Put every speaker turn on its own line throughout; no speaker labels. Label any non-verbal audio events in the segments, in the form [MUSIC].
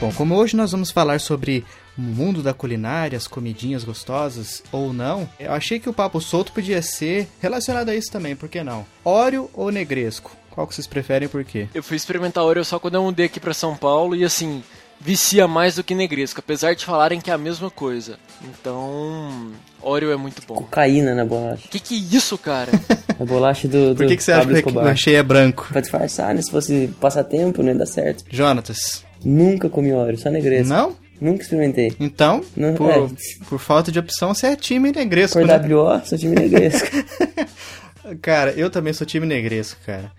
Bom, como hoje nós vamos falar sobre o mundo da culinária, as comidinhas gostosas ou não, eu achei que o papo solto podia ser relacionado a isso também, por que não? Óleo ou negresco? Qual que vocês preferem e por quê?
Eu fui experimentar Oreo só quando eu mudei aqui pra São Paulo e assim, vicia mais do que negresco, apesar de falarem que é a mesma coisa. Então, Oreo é muito bom.
Cocaína na bolacha.
Que que é
[LAUGHS]
isso, cara?
A bolacha do, do
Por que, que você acha
Pablo
que o
Escobar.
achei é branco?
Pra disfarçar, né? Se fosse passatempo, né? Dá certo.
Jonatas,
Nunca comi óleo, só negresco.
não?
Nunca experimentei.
Então,
Não,
por,
é.
por falta de opção, você é time negresco,
Por
né?
WO, sou
[LAUGHS]
time negresco.
Cara, eu também sou time negresco, cara.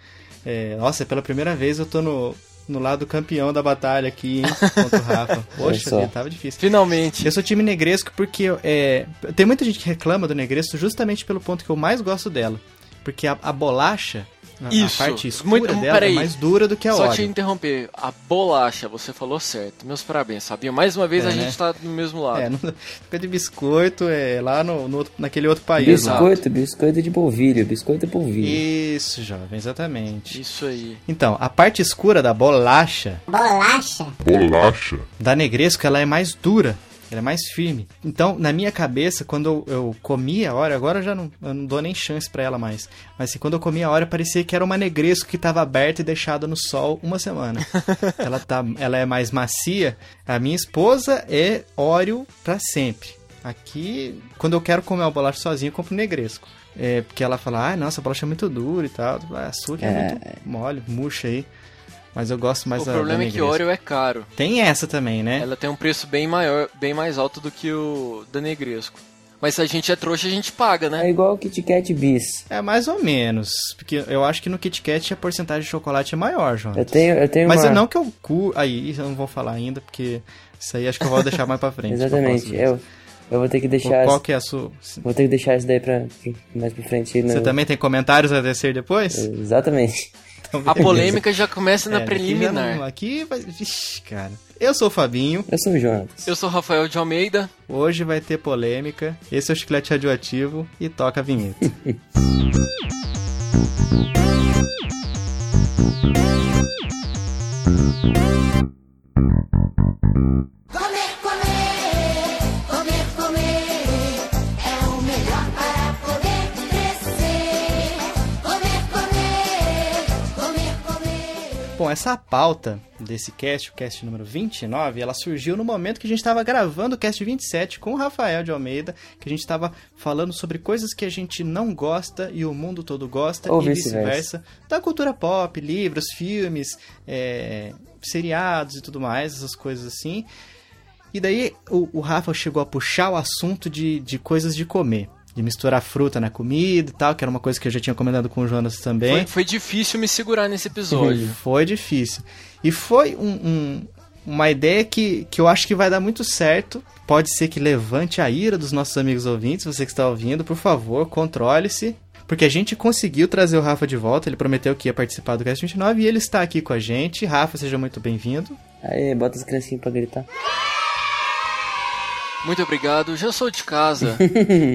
É, nossa, pela primeira vez eu tô no, no lado campeão da batalha aqui, hein? Contra o
[LAUGHS]
Rafa. Poxa,
só.
vida, tava difícil.
Finalmente.
Eu sou time negresco porque é, tem muita gente que reclama do negresco justamente pelo ponto que eu mais gosto dela. Porque a, a bolacha, a, a
Isso.
parte escura
Muito-
dela é
peraí.
mais dura do que a
Só te
Oreo.
interromper, a bolacha, você falou certo. Meus parabéns, Sabinho. Mais uma vez
É,
a
né?
gente tá no mesmo lado.
É, [LAUGHS] não, fica de biscoito é lá no, no outro- naquele outro país. lá.
biscoito, biscoito de polvilho, biscoito de polvilho.
Isso, jovem, exatamente.
Isso aí.
Então, a parte escura da bolacha
Bolacha.
da Negresco, ela é mais dura, ela é mais firme. Então, na minha cabeça, quando eu, eu comi a hora, agora eu já não, eu não dou nem chance pra ela mais. Mas assim, quando eu comi a hora, parecia que era uma Negresco que tava aberta e deixada no sol uma semana. ela, tá, ela é mais macia. A minha esposa é Oreo pra sempre. Aqui, quando eu quero comer uma bolacha sozinho, eu compro um Negresco. É, porque ela fala, ah, nossa, a bolacha é muito dura e tal. Ah, açúcar é,
É.
muito mole, murcha aí. Mas eu gosto mais
o
da
problema
da
é que
Negresco.
Oreo é caro.
Tem essa também, né?
Ela tem um preço bem maior, bem mais alto do que o da Negresco. Mas se a gente é trouxa, a gente paga, né?
É igual o Kit Kat Bis.
É mais ou menos. Porque eu acho que no Kit Kat a porcentagem de chocolate é maior, João.
Eu tenho, eu tenho
Mas
uma...
eu não que eu cu. Aí isso eu não vou falar ainda, porque isso aí acho que eu vou deixar mais pra frente.
Exatamente.
pra próxima vez.
Eu, eu vou ter que
Qual-
deixar...
Qual que é a sua.
Vou ter que deixar isso daí pra... mais pra frente. né?
Você também tem comentários a descer depois?
É. Exatamente.
Então,
A
beleza.
polêmica já começa
É,
na
aqui já não-
preliminar.
Aqui vai. Vixe, cara. Eu sou o Fabinho,
Eu sou o Jonas.
Eu sou o Rafael de Almeida.
hoje vai ter polêmica. Esse é o Chiclete Radioativo e toca a vinheta.
Comer, comer, comer, comer é o melhor para poder crescer. Comer, comer, comer, comer.
Bom, essa pauta desse cast, o cast número 29, ela surgiu no momento que a gente estava gravando o cast 27 com o Rafael de Almeida, que a gente estava falando sobre coisas que a gente não gosta e o mundo todo gosta,
Ou
e
vice-versa.
vice-versa, da cultura pop, livros, filmes, é, seriados e tudo mais, essas coisas assim. E daí o, o Rafa chegou a puxar o assunto de, de coisas de comer. De misturar fruta na comida e tal, que era uma coisa que eu já tinha comentado com o Jonas também.
Foi, foi difícil me segurar nesse episódio.
Foi difícil. E foi um- um- uma ideia que, que eu acho que vai dar muito certo. Pode ser que levante a ira dos nossos amigos ouvintes, você que está ouvindo, por favor, controle-se. Porque a gente conseguiu trazer o Rafa de volta, ele prometeu que ia participar do Cast 29 e ele está aqui com a gente. Rafa, seja muito bem-vindo.
Aí, bota as criancinhas pra gritar.
Muito obrigado, já sou de casa.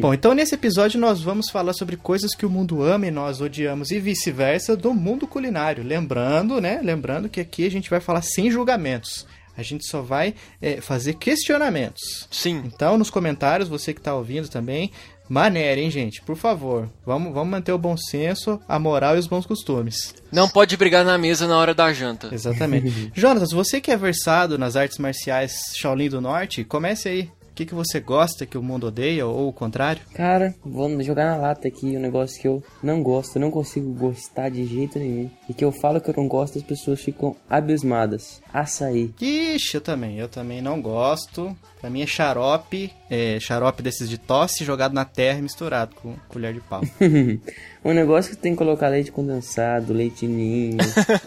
Bom, então nesse episódio nós vamos falar sobre coisas que o mundo ama e nós odiamos e vice-versa do mundo culinário. Lembrando, né? Lembrando que aqui a gente vai falar sem julgamentos. A gente só vai eh, fazer questionamentos.
Sim,
Então, nos comentários, você que tá ouvindo também, maneira, hein, gente? Por favor, vamos, vamos manter o bom senso, a moral e os bons costumes.
não pode brigar na mesa na hora da
É.
janta.
Exatamente. Jonas, você que é versado nas artes marciais Shaolin do Norte, comece aí. O que, que você gosta que o mundo odeia ou o contrário?
Cara, vou jogar na lata aqui um negócio que eu não gosto, eu não consigo gostar de jeito nenhum. E que eu falo que eu não gosto, as pessoas ficam abismadas. Açaí.
Ixi, eu também, eu também não gosto. Pra mim é xarope, é, xarope desses de tosse jogado na terra e misturado com colher de pau.
um negócio que tem que colocar leite condensado,
[LAUGHS]
leite ninho,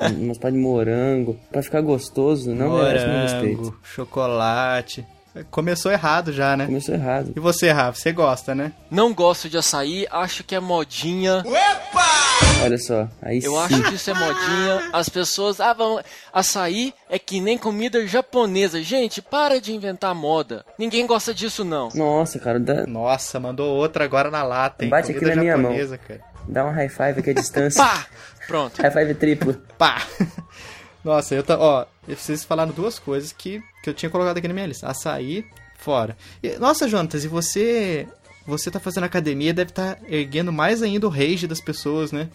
um, umas pá de morango, pra ficar gostoso, [LAUGHS] não merece meu respeito.
Morango, chocolate. Começou errado já, né?
Começou errado.
E você, Rafa, você gosta, né?
Não gosto de açaí, acho que é modinha.
Olha só, aí
Eu
sim.
acho que isso é modinha. As pessoas. Ah, vão. Açaí é que nem comida japonesa. Gente, para de inventar moda. Ninguém gosta disso, não.
Nossa, cara, dá,
Nossa, mandou outra agora na lata, hein?
Bate aqui
Comida
na minha
japonesa, cara.
dá um
[LAUGHS]
high five aqui à distância.
Pá! Pronto.
high five triplo.
Pá! [LAUGHS] Nossa, eu ta- ó, E vocês falaram duas coisas que, que eu tinha colocado aqui na minha lista. Açaí, fora. E- nossa, Jonatas, e você... Você tá fazendo academia, deve estar erguendo mais ainda o rage das pessoas, né?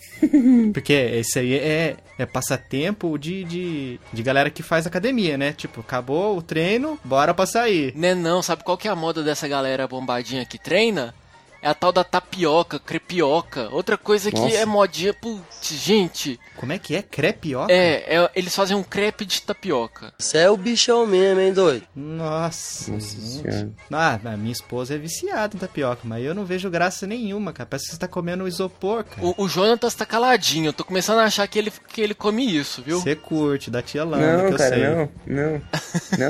Porque esse aí é, é passatempo de, de, de galera que faz academia, né? Tipo, acabou o treino, bora pra sair.
Né não, sabe qual que é a moda dessa galera bombadinha que treina? É a tal da tapioca, crepioca. Outra coisa que
Nossa.
é modinha, putz, gente.
Como é que é? Crepioca?
É, é, eles fazem um crepe de tapioca.
Você é o bichão mesmo, hein, doido?
Nossa,
Nossa
gente.
senhora.
Ah, mas minha esposa é viciada em tapioca, mas eu não vejo graça nenhuma, cara. Parece que você tá comendo isopor, cara.
O, o Jonatas tá caladinho, eu tô começando a achar que ele, que ele come isso, viu?
Você curte, da tia Lana, que
Não,
eu
cara,
sei.
não, não.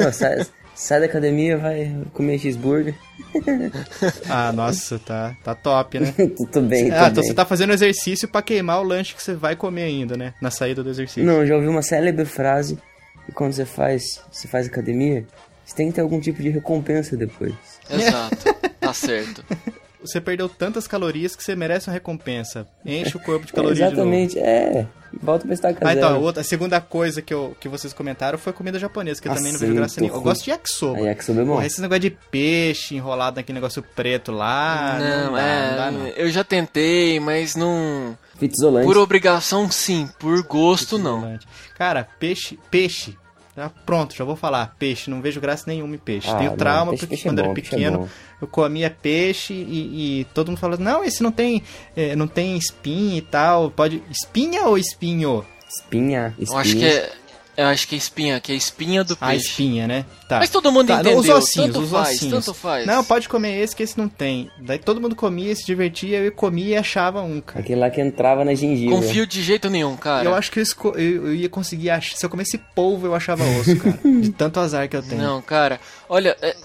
Não, sai, sai da academia, vai comer cheeseburger.
Ah, nossa, tá, tá top,
[LAUGHS]
né?
Tudo bem,
ah,
tudo
então
bem.
você tá fazendo exercício pra queimar o lanche que você vai comer ainda, né? Na saída do exercício.
Não, eu já ouvi uma célebre frase que quando você faz, você faz academia, você tem que ter algum tipo de recompensa depois.
Exato, tá
[LAUGHS]
certo.
Você perdeu tantas calorias que você merece uma recompensa. Enche o
[LAUGHS]
corpo de calorias
Exatamente, é. Volta pra estaca
de novo. Ah, então, a
zero.
outra, a segunda coisa que, eu, que vocês comentaram foi comida japonesa, que eu também não vejo
Assim,
graça nenhuma. Eu
tofu.
gosto de yakisoba.
Aí é que soube bom.
Porra, esse negócio de peixe enrolado naquele negócio preto lá. Ah, Não, dá,
é,
não dá, não.
eu já tentei, mas não.
Fita isolante.
Por obrigação, sim, por gosto,
né?
não.
Cara, peixe, peixe. Tá pronto, já vou falar. Peixe, não vejo graça nenhuma em peixe.
Ah,
Tenho
não,
trauma
peixe-
porque
peixe é
quando
bom,
era
peixe é
pequeno
bom.
eu comia peixe e, e todo mundo falava: não, esse não tem, eh, não tem espinha e tal. Pode. Espinha ou espinho?
Espinha, espinha.
Eu acho que é. Eu acho que é espinha, que é espinha do
A
peixe.
espinha, né? Tá.
Mas todo mundo
Tá, não,
entendeu.
os ossinhos,
tanto
os
faz,
ossinhos.
tanto faz.
Não, pode comer esse que esse não tem. Daí todo mundo comia, se divertia, eu comia e achava um, cara.
Aquele lá que entrava na gengiva.
Confio de jeito nenhum,
É.
cara.
Eu acho que eu, esco- eu- eu ia conseguir achar. Se eu comesse polvo, eu achava osso, cara.
[LAUGHS]
de tanto azar que eu tenho.
Não, cara. Olha, é,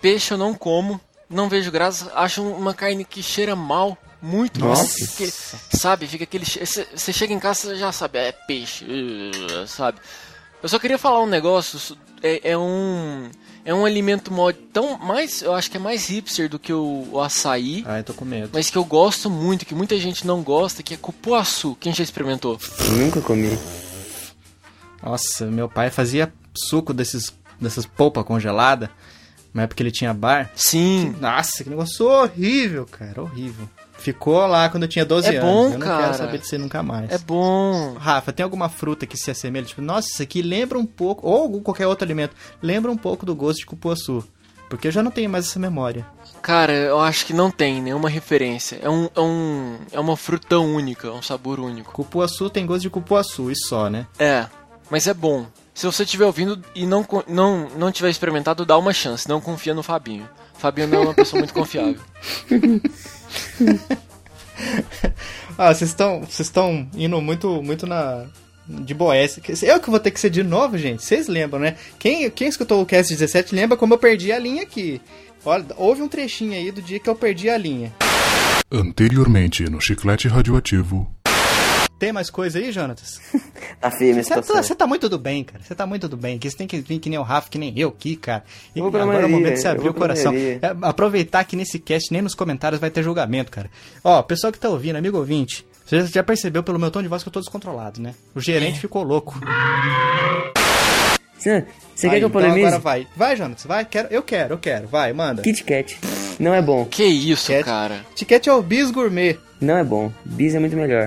peixe eu não como, não vejo graça, acho uma carne que cheira mal, muito mal.
Nossa.
Aquele- sabe, fica aquele. Você chega em casa, você já sabe, é peixe, uh, sabe. Eu só queria falar um negócio, isso é, é um. É um alimento mod tão mais, eu acho que é mais hipster do que o, o açaí,
Ah, eu tô com medo.
mas que eu gosto muito, que muita gente não gosta, que é cupuaçu. Quem já experimentou?
Nunca comi.
Nossa, meu pai fazia suco desses, dessas polpa congelada na época que ele tinha bar.
Sim.
Nossa, que negócio horrível, cara. Horrível. Ficou lá quando eu tinha 12
É
anos.
bom,
eu não
cara.
quero saber de você nunca mais.
É bom.
Rafa, tem alguma fruta que se assemelha? Tipo, nossa, isso aqui lembra um pouco, ou algum- qualquer outro alimento, lembra um pouco do gosto de cupuaçu. Porque eu já não tenho mais essa memória.
Cara, eu acho que não tem nenhuma referência. É um, é um, é uma fruta única, é um sabor único.
Cupuaçu tem gosto de cupuaçu e só, né?
É, mas é bom. Se você estiver ouvindo e não, co- não, não tiver experimentado, dá uma chance. Não confia no Fabinho. Fabinho não é uma pessoa muito confiável.
Ah, vocês estão vocês estão indo muito muito na de Boés. Eu que vou ter que ser de novo, gente. Vocês lembram, né? Quem, quem escutou o cast 17 lembra como eu perdi a linha aqui. Olha, houve um trechinho aí do dia que eu perdi a linha.
Anteriormente no Chiclete Radioativo.
Tem mais coisa aí, Jonatas?
Tá feia a minha
Você
situação.
tá, você tá muito do bem, cara. Você tá muito do bem. Que você tem que vir que nem o Rafa, que nem eu aqui, cara. E
Eu vou pra
agora é o
Maria,
momento de você
eu
abrir
vou
o
pra
coração.
Maria.
É, aproveitar que nesse cast, nem nos comentários, vai ter julgamento, cara. Ó, pessoal que tá ouvindo, amigo ouvinte, você já- já percebeu pelo meu tom de voz que eu tô descontrolado, né? O gerente ficou louco.
Você, você
Aí,
quer que eu
então
polemize?
agora vai. Vai, Jonas, vai. Quero, eu quero, eu quero. Vai, manda.
Kit Kat. Não é bom,
Que isso,
Cat.
cara?
Tiquete é o Bis Gourmet.
não é bom. Bis é muito melhor.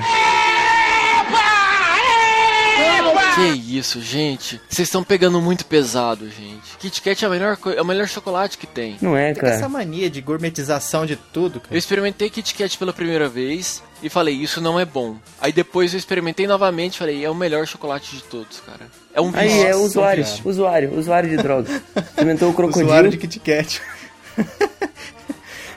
Que isso, gente? Vocês estão pegando muito pesado, gente. Kit Kat é o melhor, co- é o melhor chocolate que tem.
Não é,
Fica essa
cara.
mania de gourmetização de tudo,
Eu
cara.
experimentei Kit Kat pela primeira vez e falei, isso não é bom. Aí depois eu experimentei novamente e falei, é o melhor chocolate de todos, cara. É um
Aí
vício.
é usuário,
viado.
usuário, usuário
[LAUGHS]
de droga. Experimentou o crocodilo.
Usuário de Kit Kat. [LAUGHS]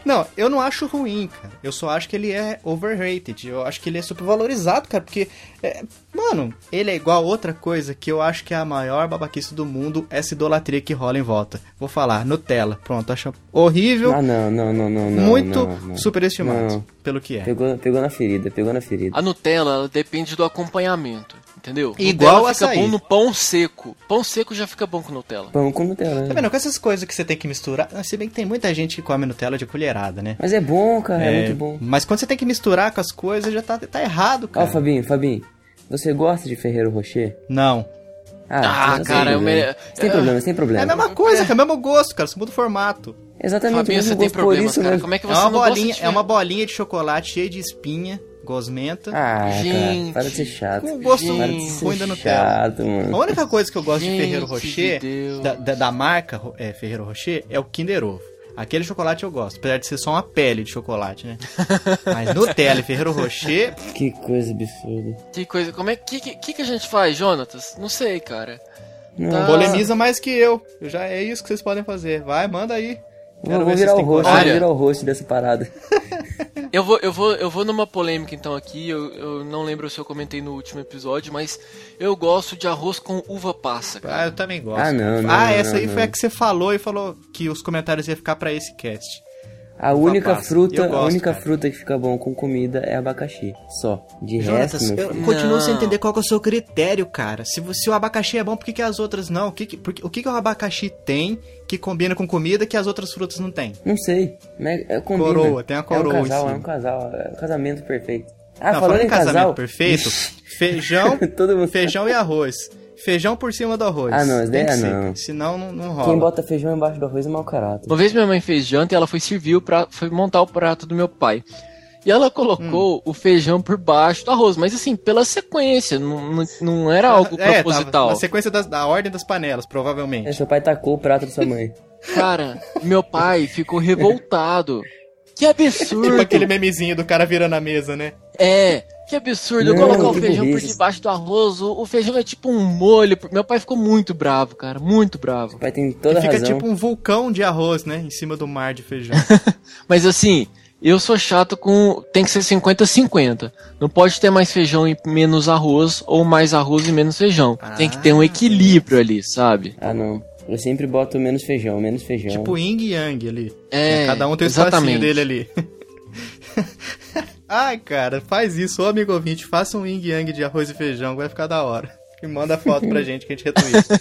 Não, eu não acho ruim, cara. Eu só acho que ele é overrated. Eu acho que ele é supervalorizado, cara, porque. é, mano, ele é igual a outra coisa que eu acho que é a maior babaquice do mundo, essa idolatria que rola em volta. Vou falar, Nutella. Pronto, acho horrível,
Ah, não, não, não, não, não.
muito
não, não.
superestimado, Tá
Não.
pelo que é.
Pegou, pegou na ferida, pegou na ferida.
A Nutella ela depende do acompanhamento, entendeu?
Igual
Nutella fica
açaí.
bom no pão seco. Pão seco já fica bom com Nutella.
Pão com Nutella.
Tá
né?
vendo? Com essas coisas que você tem que misturar. ah, Se bem que tem muita gente que come Nutella de colherada, né?
Mas é bom, cara, é,
É,
muito bom.
Mas quando você tem que misturar com as coisas, já tá, tá errado,
Ó,
cara.
Fabinho, Fabinho, você gosta de Ferreiro Rocher?
Não.
Ah,
você-
cara, eu
você tem problema.
me-
Você tem problema, você tem
É
problema.
a mesma coisa, cara, é o mesmo gosto, cara, só muda o formato.
Exatamente,
Fabinho,
o
você
mesmo
tem
gosto, por
problemas,
isso
cara.
mesmo.
Como é que
É
você
uma,
não gosta
bolinha,
de
é uma bolinha de chocolate cheia de espinha, gosmenta,
Ah,
Gente.
cara, para de ser chato.
com um gosto
gente,
Para de
Sim,
ser
ruim da Nutella.
chato, mano.
A única coisa que eu gosto de
Gente
Ferreiro
de
Rocher,
Deus.
da, da, da marca Ro- é, Ferreiro Rocher, é o Kinder Ovo. Aquele chocolate eu gosto, apesar de ser só uma pele de chocolate,
[LAUGHS]
né? Mas Nutella e Ferreiro Rocher,
Que coisa
Tá.
absurda.
Que coisa, como é que, que, que que a gente faz, Jonatas? Não sei, cara.
Não,
Tá.
polemiza mais que eu. Eu Já é isso que vocês podem fazer. Vai, manda aí.
vou,
Quero
vou
ver se vocês
virar o
têm
rosto,
coragem.
vou
Olha.
virar o rosto dessa parada.
Eu vou, eu vou, eu vou numa polêmica então aqui. Eu, eu não lembro se eu comentei no último episódio, mas eu gosto de arroz com uva passa, cara.
Ah, eu também gosto.
Ah, não, não,
Ah,
não,
essa aí
não.
foi a que você falou e falou que os comentários iam ficar pra esse cast.
A única
passa.
fruta,
Eu gosto,
a única
cara.
fruta que fica bom com comida é abacaxi. Só. De resto,
Jonatas,
meu
eu
filho.
continuo sem
Não.
entender qual que é o seu critério, cara. Se, vo- se o abacaxi é bom, por que, que as outras não? O que, que, por que- o que, que o abacaxi tem que combina com comida que as outras frutas não tem?
Não sei. Né? É, combina.
Coroa, tem uma coroa em
É um casal,
cima.
é um casal. É um casamento perfeito. Ah,
Não,
falando em
casamento
casal.
perfeito, feijão,
[LAUGHS] Todo mundo-
feijão e arroz. Feijão por cima do arroz.
Ah, não, isso
Tem
daí
que
é
ser,
não.
Senão não, não rola.
Quem bota feijão embaixo do arroz é mau caráter.
Uma vez minha mãe fez janta e ela foi servir o prato, foi montar o prato do meu pai. E ela colocou o feijão por baixo do arroz, mas assim, pela sequência, não, não, não era
[LAUGHS]
algo
é,
proposital.
Tava, na sequência das- da ordem das panelas, provavelmente. Tipo
É, seu pai tacou o prato da sua mãe.
Cara, meu pai ficou revoltado. Que absurdo!
Tipo aquele memezinho do cara virando a mesa, né?
É, que absurdo. Eu
Não,
colocar o
que
feijão por
burrice.
debaixo do arroz, o, o feijão é tipo um molho. Meu pai ficou muito bravo, cara, muito bravo.
O pai tem
E
toda a
fica
razão.
tipo um vulcão de arroz, né? Em cima do mar de feijão.
[LAUGHS] Mas assim, eu sou chato com. Tem que ser 50-50. Não pode ter mais feijão e menos arroz, ou mais arroz e menos feijão.
Ah.
Tem que ter um equilíbrio ali, sabe?
Ah, não. Eu sempre boto menos feijão, menos feijão.
tipo Ying e Yang ali.
É,
Cada um tem o
exatamente.
espacinho dele ali. [LAUGHS] Ai, cara, faz isso, ô amigo ouvinte, faça um Ying e Yang de arroz e feijão, vai ficar da hora. E manda foto pra gente que a gente
[LAUGHS]
retuita.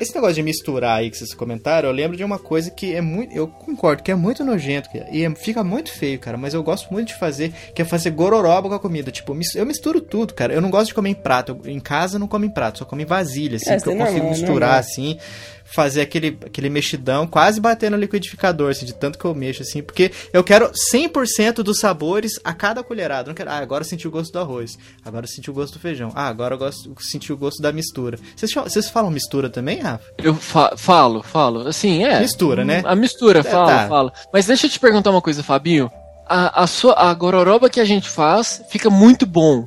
Esse negócio de misturar aí que vocês comentaram, eu lembro de uma coisa que é muito. Eu concordo que é muito nojento cara, e é- fica muito feio, cara, mas eu gosto muito de fazer, que é fazer gororoba com a comida. Tipo, mis- eu misturo tudo, cara. Eu não gosto de comer em prato. Eu- em casa eu não como em prato, só como em vasilha, assim,
É,
porque eu
isso é
consigo
normal,
misturar
normal.
assim fazer aquele, aquele mexidão, quase bater no liquidificador, assim, de tanto que eu mexo, assim, porque eu quero 100% dos sabores a cada colherada. Eu Não quero, ah, agora eu senti o gosto do arroz, agora eu senti o gosto do feijão, ah, agora eu gosto, eu senti o gosto da mistura. Vocês, cham- vocês falam mistura também, Rafa?
Eu fa- falo, falo. Assim, é.
Mistura, né?
A mistura, fala,
tá.
fala. Mas deixa eu te perguntar uma coisa, Fabinho. A, a, sua, a gororoba que a gente faz fica muito bom.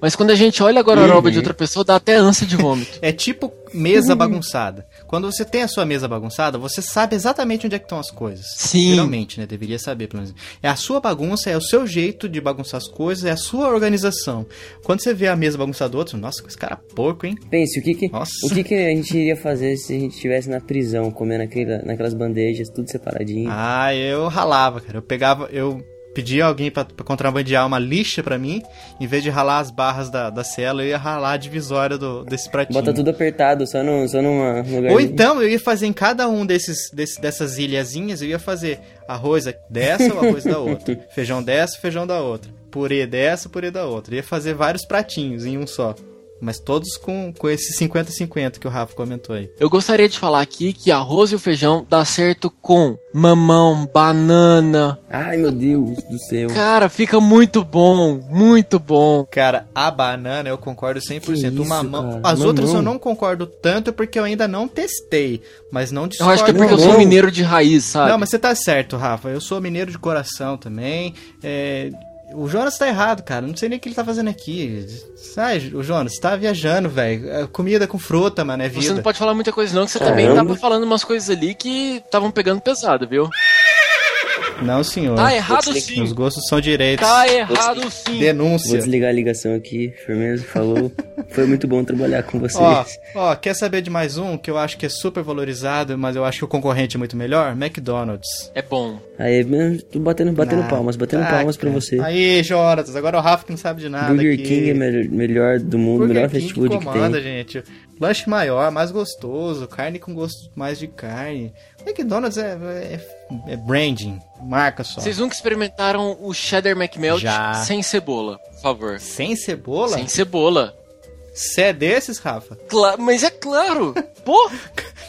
Mas quando a gente olha a gororoba
Uhum.
de outra pessoa, dá até ânsia de
[LAUGHS]
vômito.
É tipo mesa bagunçada. Quando você tem a sua mesa bagunçada, você sabe exatamente onde é que estão as coisas.
Sim.
Geralmente, né? Deveria saber, pelo menos. É a sua bagunça, é o seu jeito de bagunçar as coisas, é a sua organização. Quando você vê a mesa bagunçada do outro, nossa, esse cara é porco, hein?
Pense, o que que,
Nossa.
o que que a gente iria fazer se a gente estivesse na prisão, comendo aquela, naquelas bandejas, tudo separadinho?
Ah, eu ralava, cara. Eu pegava, eu pedia alguém pra, pra contrabandear uma lixa pra mim, em vez de ralar as barras da, da cela, eu ia ralar a divisória do, desse pratinho.
Bota tudo apertado, só, no, só numa num lugar.
Ou então eu ia fazer em cada um desses, desse- dessas ilhazinhas, eu ia fazer arroz dessa ou arroz da
[LAUGHS]
outra, feijão dessa, feijão da outra, purê dessa, purê da outra. Eu ia fazer vários pratinhos em um só. Mas todos com, com esse 50-50 que o Rafa comentou aí.
Eu gostaria de falar aqui que arroz e o feijão dá certo com mamão, banana.
Ai, meu Deus do céu.
Cara, fica muito bom, muito bom.
Cara, a banana eu concordo 100%.
Que
o
isso,
mamão.
cara?
As
Mamão.
outras eu não concordo tanto porque eu ainda não testei. Mas não
Eu
discordo.
acho que é porque eu
não.
sou mineiro de raiz, sabe?
Não, mas você tá certo, Rafa. Eu sou mineiro de coração também. É, O Jonas tá errado, cara. Não sei nem o que ele tá fazendo aqui. Sai, o Jonas, tá viajando, velho. É Comida com fruta, mano, é vida. É.
Você não pode falar muita coisa não, que você também
Caramba.
tava falando umas coisas ali que estavam pegando pesado, viu?
Não, senhor.
Tá errado
Os
sim.
gostos são direitos.
Tá errado sim.
Vou
Denúncia.
desligar a ligação aqui, firmeza, falou.
[LAUGHS]
Foi muito bom trabalhar com vocês.
Ó, ó, quer saber de mais um que eu acho que é super valorizado, mas eu acho que o concorrente é muito melhor? McDonald's.
É bom.
Aí, hum, tô batendo, batendo
Ah,
palmas, batendo
tá,
palmas pra
cara.
você.
Aí, Jonas, agora é o Rafa que não sabe de nada.
Burger
aqui.
King é melhor, melhor do mundo,
Burger
melhor
King
fast food que
comanda,
tem.
gente. Lanche maior, mais gostoso, carne com gosto mais de carne. McDonald's é, é, é branding, marca só.
Vocês nunca experimentaram o cheddar McMelt
Já.
sem cebola, por favor.
Sem cebola?
Sem cebola.
Você é desses, Rafa?
Cla- mas
[LAUGHS]
é claro! Pô!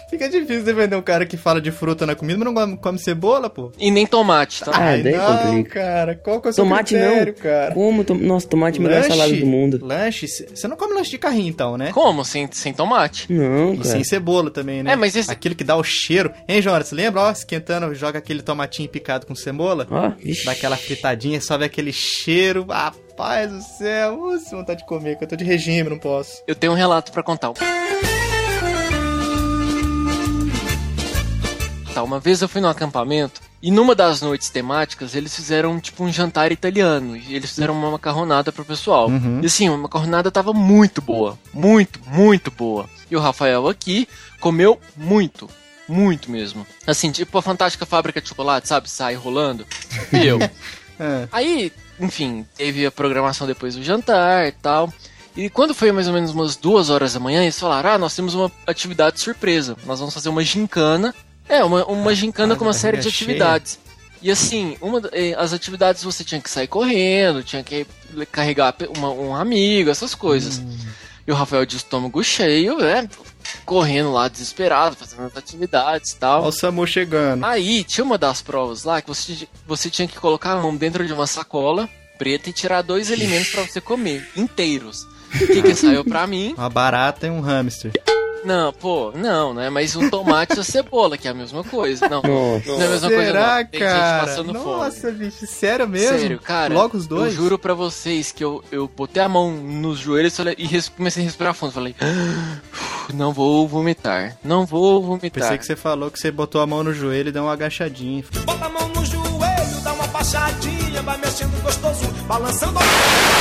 Fica difícil defender um cara que fala de fruta na comida, mas não come- come cebola, pô.
E nem tomate, tá?
Ah,
Ai,
daí
não,
complica.
cara. Qual que é o seu
Tomate
critério,
não.
cara?
Como? to- Nossa, tomate é a melhor salada do mundo.
Lanche? Você não come lanche de carrinho, então, né?
Como? Sem, sem tomate?
Não,
E
cara.
sem cebola também, né?
É, mas esse-
Aquilo que dá o cheiro. Hein, Jonas? Você lembra? Ó, esquentando, joga aquele tomatinho picado com cebola.
Ó, vixi.
Dá aquela fritadinha, sobe aquele cheiro. Rapaz do céu, uh, se vontade de comer, que eu tô de regime, não posso.
Eu tenho um relato pra contar. Tá, uma vez eu fui num acampamento e numa das noites temáticas eles fizeram tipo um jantar italiano e eles fizeram uma macarronada pro pessoal. E assim, a macarronada tava muito boa, muito, muito boa. E o Rafael aqui comeu muito, muito mesmo. Assim, tipo a fantástica fábrica de chocolate, sabe? Sai rolando. E eu.
Ah,
É. Aí, enfim, teve a programação depois do jantar e tal. E quando foi mais ou menos umas duas horas da manhã, eles falaram: Ah, nós temos uma atividade surpresa. Nós vamos fazer uma gincana. É, uma, uma gincana com uma
barriga
série de
cheia.
atividades. E assim, uma, da- eh, as atividades você tinha que sair correndo, tinha que carregar pe- uma- um amigo, essas coisas.
Hum.
E o Rafael de estômago cheio, né? Correndo lá desesperado, fazendo as atividades e tal.
Ó o Samu chegando.
Aí, tinha uma das provas lá que você, você tinha que colocar a mão dentro de uma sacola preta e tirar dois alimentos pra você comer, inteiros. O que, que saiu pra mim?
Uma barata e um hamster.
Não, pô, não, né? Mas um tomate e a cebola, que é a mesma coisa. Não,
Nossa.
não é a mesma coisa,
Será,
não. Tem gente
cara?
passando
Nossa,
fome.
bicho, sério mesmo?
Sério, cara.
Logo os dois?
Eu juro pra vocês que eu, eu botei a mão nos joelhos falei- e res- comecei a respirar fundo. Falei, "Ah, não vou vomitar, não vou vomitar.
Pensei que você falou que você botou a mão no joelho e deu uma agachadinha.
Bota a mão no joelho, dá uma baixadinha, vai mexendo gostoso, balançando.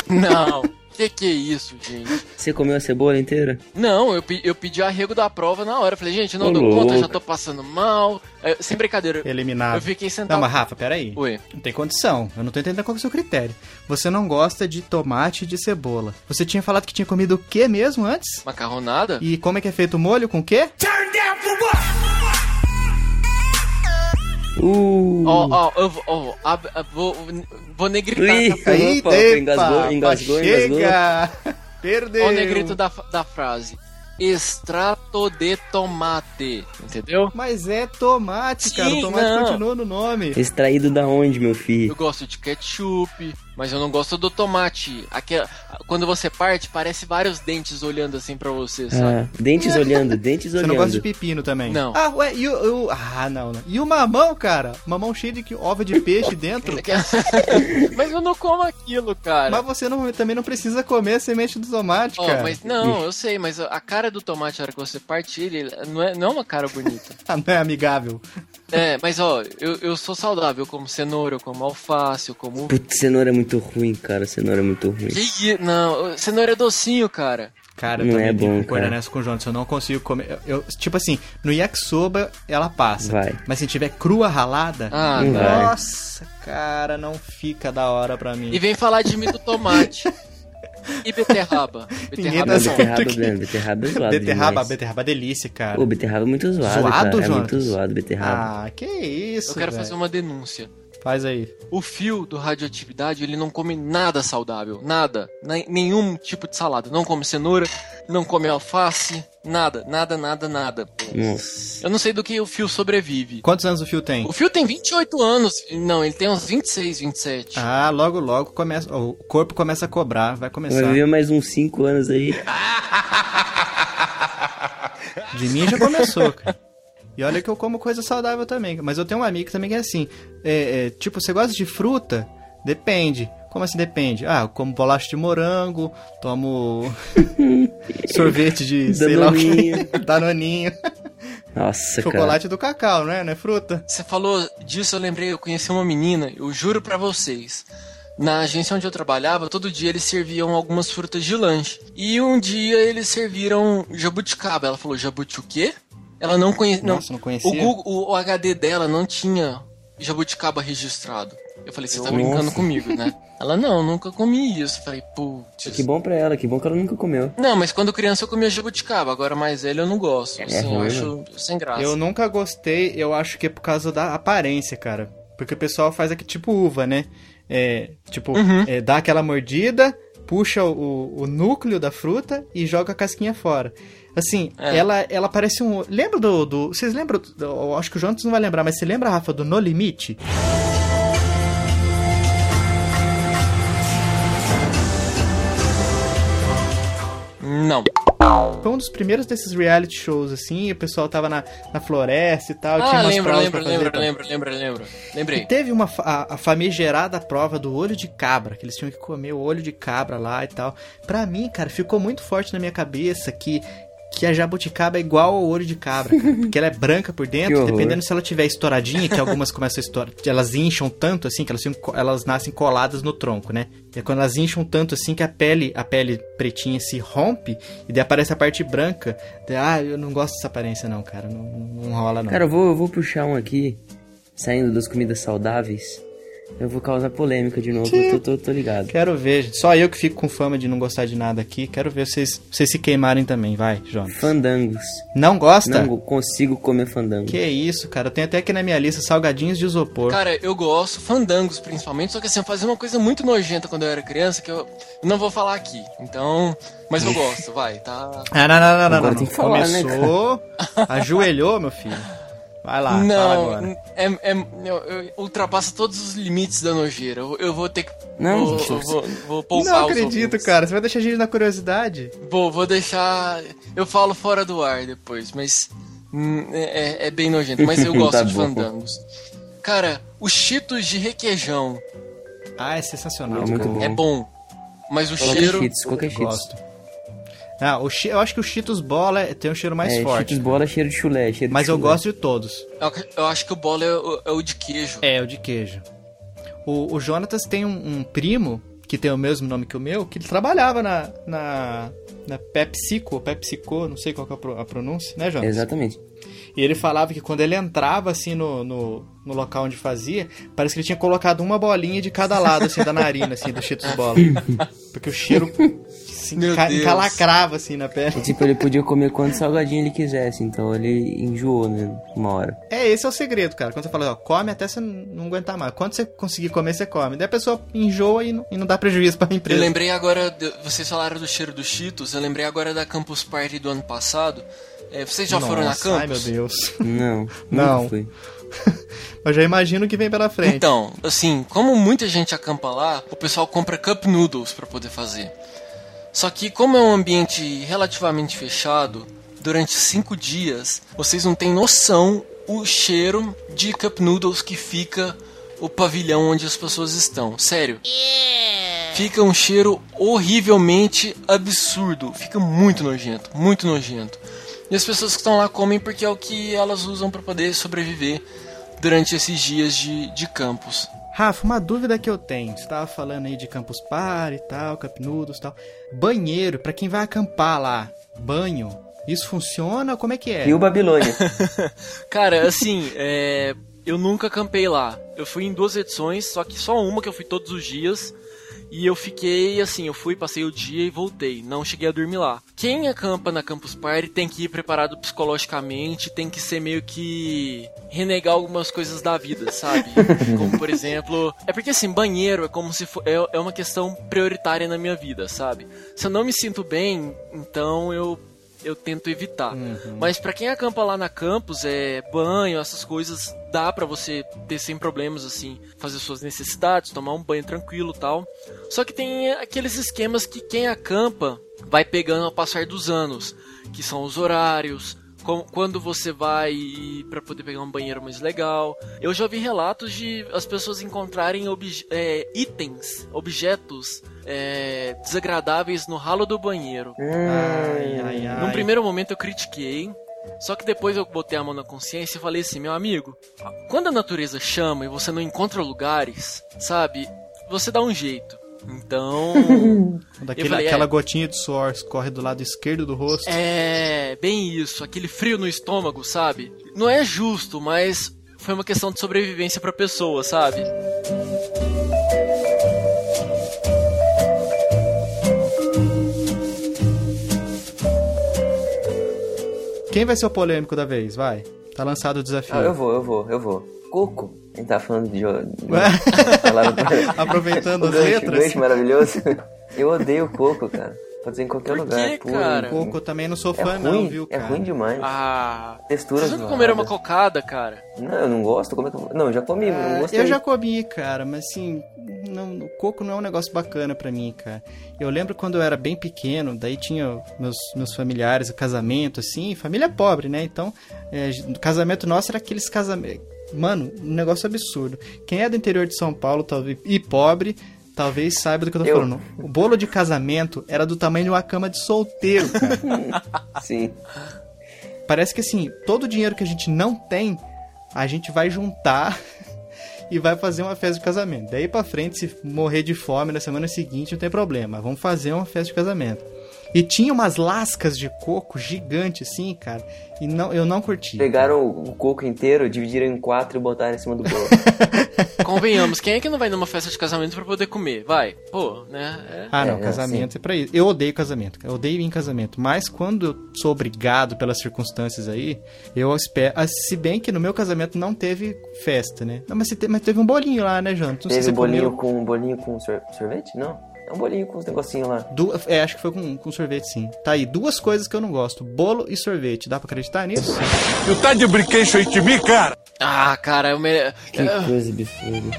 Não, que que é isso, gente?
Você comeu a cebola inteira?
Não, eu, pe- eu pedi arrego da prova na hora. Eu Falei, gente, eu não
Ô,
dou
louco.
conta, já tô passando mal. É, sem brincadeira.
Eliminado.
Eu fiquei sentado.
Não, mas Rafa, peraí.
Oi.
Não tem condição. Eu não tô entendendo qual que é o seu critério. Você não gosta de tomate e de cebola. Você tinha falado que tinha comido o que mesmo antes?
Macarronada?
E como é que é feito o molho? Com o quê?
Uh!
Ó, ó, eu vou- ó, ab- ab- vou, vou negritar.
Ih.
tá?
[LAUGHS] Opa,
eita,
engasgou, engasgou,
chega! [LAUGHS] Perdeu!
Ó o negrito da, fa- da frase. Extrato de tomate. Entendeu?
Mas é tomate, cara. O
Sim,
tomate
não.
continua no nome.
Extraído da onde, meu
Eu
filho?
gosto de ketchup, mas eu não gosto do tomate. Aquela, quando você parte, parece vários dentes olhando assim pra você, sabe?
Ah, dentes olhando, dentes
Você
olhando.
não gosta de pepino também?
Não.
Ah, ué, e o. o- Ah, não, não. E o mamão, cara? Mamão cheio de que- ovo de
[LAUGHS]
peixe dentro.
[LAUGHS] mas eu não como aquilo, cara.
Mas você não- também não precisa comer a semente do tomate,
Ó,
cara.
mas não, eu sei, mas a cara do tomate na hora que você parte ele, ele não é, não é uma
[LAUGHS]
cara bonita.
Ah, não é amigável.
é, mas ó, eu, eu sou saudável, eu como cenoura, eu como alface, eu como.
Putz, cenoura é muito ruim, cara. Cenoura é muito ruim.
Que i- Não, cenoura é docinho, cara.
Cara,
Não
eu também
é
tenho
bom,
que concordar
cara.
nessa com o Jonas. Eu não consigo comer. eu- eu- tipo assim, no yakisoba ela passa.
Vai.
Mas se tiver crua ralada.
Ah,
Hum.
tá.
vai.
nossa, cara, não fica da hora pra mim.
E vem falar de mim do tomate. E beterraba.
[LAUGHS] Ninguém
Beterraba
tá
é
Não,
zoando.
bom.
beterraba, Breno, beterraba é
[LAUGHS]
zoado
beterraba,
demais.
beterraba é delícia, cara.
Ô, beterraba é muito zoado,
Zoado,
cara. É
Jonas?
muito zoado, beterraba.
Ah, que isso,
Eu quero
velho.
fazer um- uma denúncia.
Faz aí.
O fio do radioatividade, ele não come nada saudável. Nada. Nem- Nenhum tipo de salada. Não come cenoura, não come alface, nada, nada, nada, nada.
Nossa.
Eu não sei do que o Fio sobrevive.
Quantos anos o fio tem?
O Fio tem 28 anos. Não, ele tem uns 26, 27.
Ah, logo, logo começa. O corpo começa a cobrar, vai
Vai
começar.
viver mais uns 5 anos aí.
De mim já começou, cara. E olha que eu como coisa saudável também. Mas eu tenho um amigo também que é assim. é, é, tipo, você gosta de fruta? Depende. Como assim depende? Ah, eu como bolacha de morango, tomo sorvete de sei lá o que.
Danoninho.
[LAUGHS]
Tá
Danoninho.
Nossa,
Chocolate do cacau, né? Não é fruta?
Você falou disso, eu lembrei, eu conheci uma menina, eu juro pra vocês. Na agência onde eu trabalhava, todo dia eles serviam algumas frutas de lanche. E um dia eles serviram jabuticaba. Ela falou, jabuti o quê? Ela não conhecia.
Nossa, não
O,
conhecia.
Google- o- o HD dela não tinha jabuticaba registrado. Eu falei, você tá
Nossa.
brincando
[LAUGHS]
comigo, né? Ela, não, nunca comi isso. Eu falei, putz.
É
cara. Que bom pra ela, que bom que ela nunca comeu.
Não, mas quando criança eu comia jabuticaba, agora mais velho eu não gosto. assim, eu
ruim,
acho sem graça.
É né? Eu nunca gostei, eu acho que é por causa da aparência, cara. Porque o pessoal faz aqui tipo uva, né? É, tipo,
Uhum.
é, dá aquela mordida, puxa o, o núcleo da fruta e joga a casquinha fora. Assim,
É.
ela, ela parece um. Lembra do. do- vocês lembram? do- eu acho que o Jonathan não vai lembrar, mas você lembra, Rafa, do No Limite?
Não.
Foi um dos primeiros desses reality shows, assim, e o pessoal tava na, na floresta e tal. tinha
Ah,
umas
lembro,
provas
lembro,
pra fazer,
lembro,
tá?
lembro, lembro, lembro.
E
Lembrei.
teve uma fa- a, a famigerada prova do olho de cabra, que eles tinham que comer o olho de cabra lá e tal. Pra mim, cara, ficou muito forte na minha cabeça que que a jabuticaba é igual ao olho de cabra, cara, porque ela é branca por
[LAUGHS] Que
dentro,
horror.
dependendo se ela tiver estouradinha, que algumas começam a estourar, elas incham tanto assim que elas, ficam co- elas nascem coladas no tronco, né? É quando elas incham tanto assim que a pele, a pele pretinha se rompe e daí aparece a parte branca. Daí, Ah, eu não gosto dessa aparência não, cara, não, não- não rola não.
Cara, eu vou, eu vou puxar um aqui, saindo das comidas saudáveis. Eu vou causar polêmica de novo, eu tô, tô, tô ligado.
Quero ver, gente. só eu que fico com fama de não gostar de nada aqui. Quero ver vocês, vocês se queimarem também, vai, Jonas.
Fandangos.
Não gosta?
Não go- consigo comer fandango.
Que isso, cara. Eu tenho até aqui na minha lista salgadinhos de isopor.
Cara, eu gosto, fandangos principalmente, só que assim, eu fazia uma coisa muito nojenta quando eu era criança que eu não vou falar aqui. Então, mas
[LAUGHS]
eu gosto, vai, tá?
Ah, não, não, não, não,
Agora
não.
tem que falar, né,
Começou, ajoelhou, meu filho. Vai lá, Ah, fala agora.
não, é, é, eu, eu ultrapassa todos os limites da nojeira. Eu, eu vou ter que.
Não,
vou,
gente,
eu vou, vou poupar
Não
os
acredito,
ouvintes.
cara. Você vai deixar a gente na curiosidade?
Vou, vou deixar. Eu falo fora do ar depois, mas. hum, É, é- é bem nojento, mas
[LAUGHS]
eu gosto
Tá
de
bom.
fandangos. Cara, os cheetos de requeijão
Ah, é sensacional.
É muito
cara.
bom.
é bom, mas o
Qualquer
cheiro.
Cheetos, qualquer cheetos.
Gosto. Ah, o chi... eu acho que o Cheetos Bola é- tem um cheiro mais
é,
forte.
Cheetos bola, é tipo, né? cheiro de chulé, cheiro
Mas
de
eu
chulé.
gosto de todos.
Eu, eu acho que o bolo é, o- é o de queijo.
É, o de queijo. O, o Jonatas tem um, um primo que tem o mesmo nome que o meu, que ele trabalhava na, na, na PepsiCo, PepsiCo, não sei qual que é a pro- a pronúncia, né, Jonatas?
Exatamente.
E ele falava que quando ele entrava, assim, no, no, no local onde fazia, parece que ele tinha colocado uma bolinha de cada lado, assim, da narina, assim, do Cheetos Bola. Porque o cheiro se
Meu
enca-
Deus.
encalacrava, assim, na
É
pele.
tipo, ele podia comer quanto salgadinho ele quisesse, então ele enjoou, né? Uma hora.
É, esse é o segredo, cara. Quando você fala, ó, come até você não aguentar mais. Quando você conseguir comer, você come. Daí a pessoa enjoa e não, e não dá prejuízo pra
Eu
empresa.
lembrei agora, de- vocês falaram do cheiro dos Cheetos, eu lembrei agora da Campus Party do ano passado. É, vocês já foram na
Nossa, Ai, meu
Campus?
Deus. [LAUGHS]
Não,
Não.
nunca fui.
Mas já imagino o que vem pela frente.
Então, assim, como muita gente acampa lá, o pessoal compra cup noodles pra poder fazer. Só que como é um ambiente relativamente fechado, durante cinco dias, vocês não têm noção o cheiro de cup noodles que fica o pavilhão onde as pessoas estão. Sério. Fica um cheiro horrivelmente absurdo. Fica muito nojento, muito nojento. E as pessoas que estão lá comem porque é o que elas usam pra poder sobreviver durante esses dias de, de campos.
Rafa, uma dúvida que eu tenho. Você tava falando aí de Campus Party e tal, Cup Noodles e tal. Banheiro, pra quem vai acampar lá, banho, isso funciona? Como é que é?
E o
[LAUGHS]
Babilônia?
Cara, assim, é, eu nunca acampei lá. Eu fui em duas edições, só que só uma que eu fui todos os dias. E eu fiquei assim, eu fui, passei o dia e voltei. Não cheguei a dormir lá. Quem acampa na Campus Party tem que ir preparado psicologicamente, tem que ser meio que renegar algumas coisas da vida, sabe? Como por exemplo. É porque assim, banheiro é como se fosse. É, é uma questão prioritária na minha vida, sabe? Se eu não me sinto bem, então eu. Eu tento evitar. Mas pra quem acampa lá na campus, é banho, essas coisas, dá pra você ter sem problemas, assim, fazer suas necessidades, tomar um banho tranquilo e tal. Só que tem aqueles esquemas que quem acampa vai pegando ao passar dos anos, que são os horários, com- quando você vai para poder pegar um banheiro mais legal. Eu já vi relatos de as pessoas encontrarem obje- é, itens, objetos é, desagradáveis no ralo do banheiro.
Ai, ai, ai.
Num primeiro momento eu critiquei, só que depois eu botei a mão na consciência e falei assim, meu amigo, quando a natureza chama e você não encontra lugares, sabe, você dá um jeito. Então,
Quando aquele-
Eu falei,
aquela
é.
gotinha de suor corre do lado esquerdo do rosto.
é bem isso, aquele frio no estômago, sabe? Não é justo, mas foi uma questão de sobrevivência pra pessoa, sabe?
Quem vai ser o polêmico da vez? Vai. Tá lançado o desafio.
Ah, eu vou, eu vou, eu vou. Coco. A gente tá falando de.
Ué.
Falaram-
[LAUGHS]
[LAUGHS]
Aproveitando
O
as
gancho,
letras.
gancho maravilhoso. Eu odeio coco, cara. Pode ser em qualquer
Por
lugar.
quê,
puro.
cara?
Coco, eu também não sou
É
fã,
ruim,
não, viu,
é
cara?
ruim demais.
Ah.
Textura
Vocês nunca comeram uma
zoada.
cocada, cara?
Não, eu não gosto. Como é que eu... Não, eu já comi, mas eu não
Ah,
gostei.
eu já comi, cara, mas assim, não, o coco não é um negócio bacana pra mim, cara. Eu lembro quando eu era bem pequeno, daí tinha meus, meus familiares, o casamento, assim, família pobre, né? Então, é, o casamento nosso era aqueles casamentos. Mano, um negócio absurdo. Quem é do interior de São Paulo talvez, e pobre, talvez saiba do que eu tô
Eu.
falando. O bolo de casamento era do tamanho de uma cama de solteiro, cara.
Sim.
Parece que assim, todo o dinheiro que a gente não tem, a gente vai juntar [LAUGHS] e vai fazer uma festa de casamento. Daí pra frente, se morrer de fome na semana seguinte, não tem problema. Vamos fazer uma festa de casamento. E tinha umas lascas de coco gigante assim, cara. E não, eu não curti.
Pegaram o o coco inteiro, dividiram em quatro e botaram em cima do
[LAUGHS]
bolo.
Então
Convenhamos, quem é que não vai numa festa de casamento pra poder comer? Vai. Pô, né?
Ah, não,
É,
casamento é pra isso. Eu odeio casamento, eu odeio ir em casamento. Mas quando eu sou obrigado pelas circunstâncias aí, eu espero. ah, Se bem que no meu casamento não teve festa, né? Não, mas, se te- mas teve um bolinho lá, né, Janta? Não sei
Teve
se você
um
comeu.
bolinho com, um bolinho com sor- sorvete? Não. É um bolinho com uns negocinhos lá.
Du- é, acho que foi com, com sorvete, sim. Tá aí, duas coisas que eu não gosto: bolo e sorvete. Dá pra acreditar nisso?
Tu tá de brinquedo aí de mim, cara?
Ah, cara, eu me...
Que
Ah.
coisa absurda.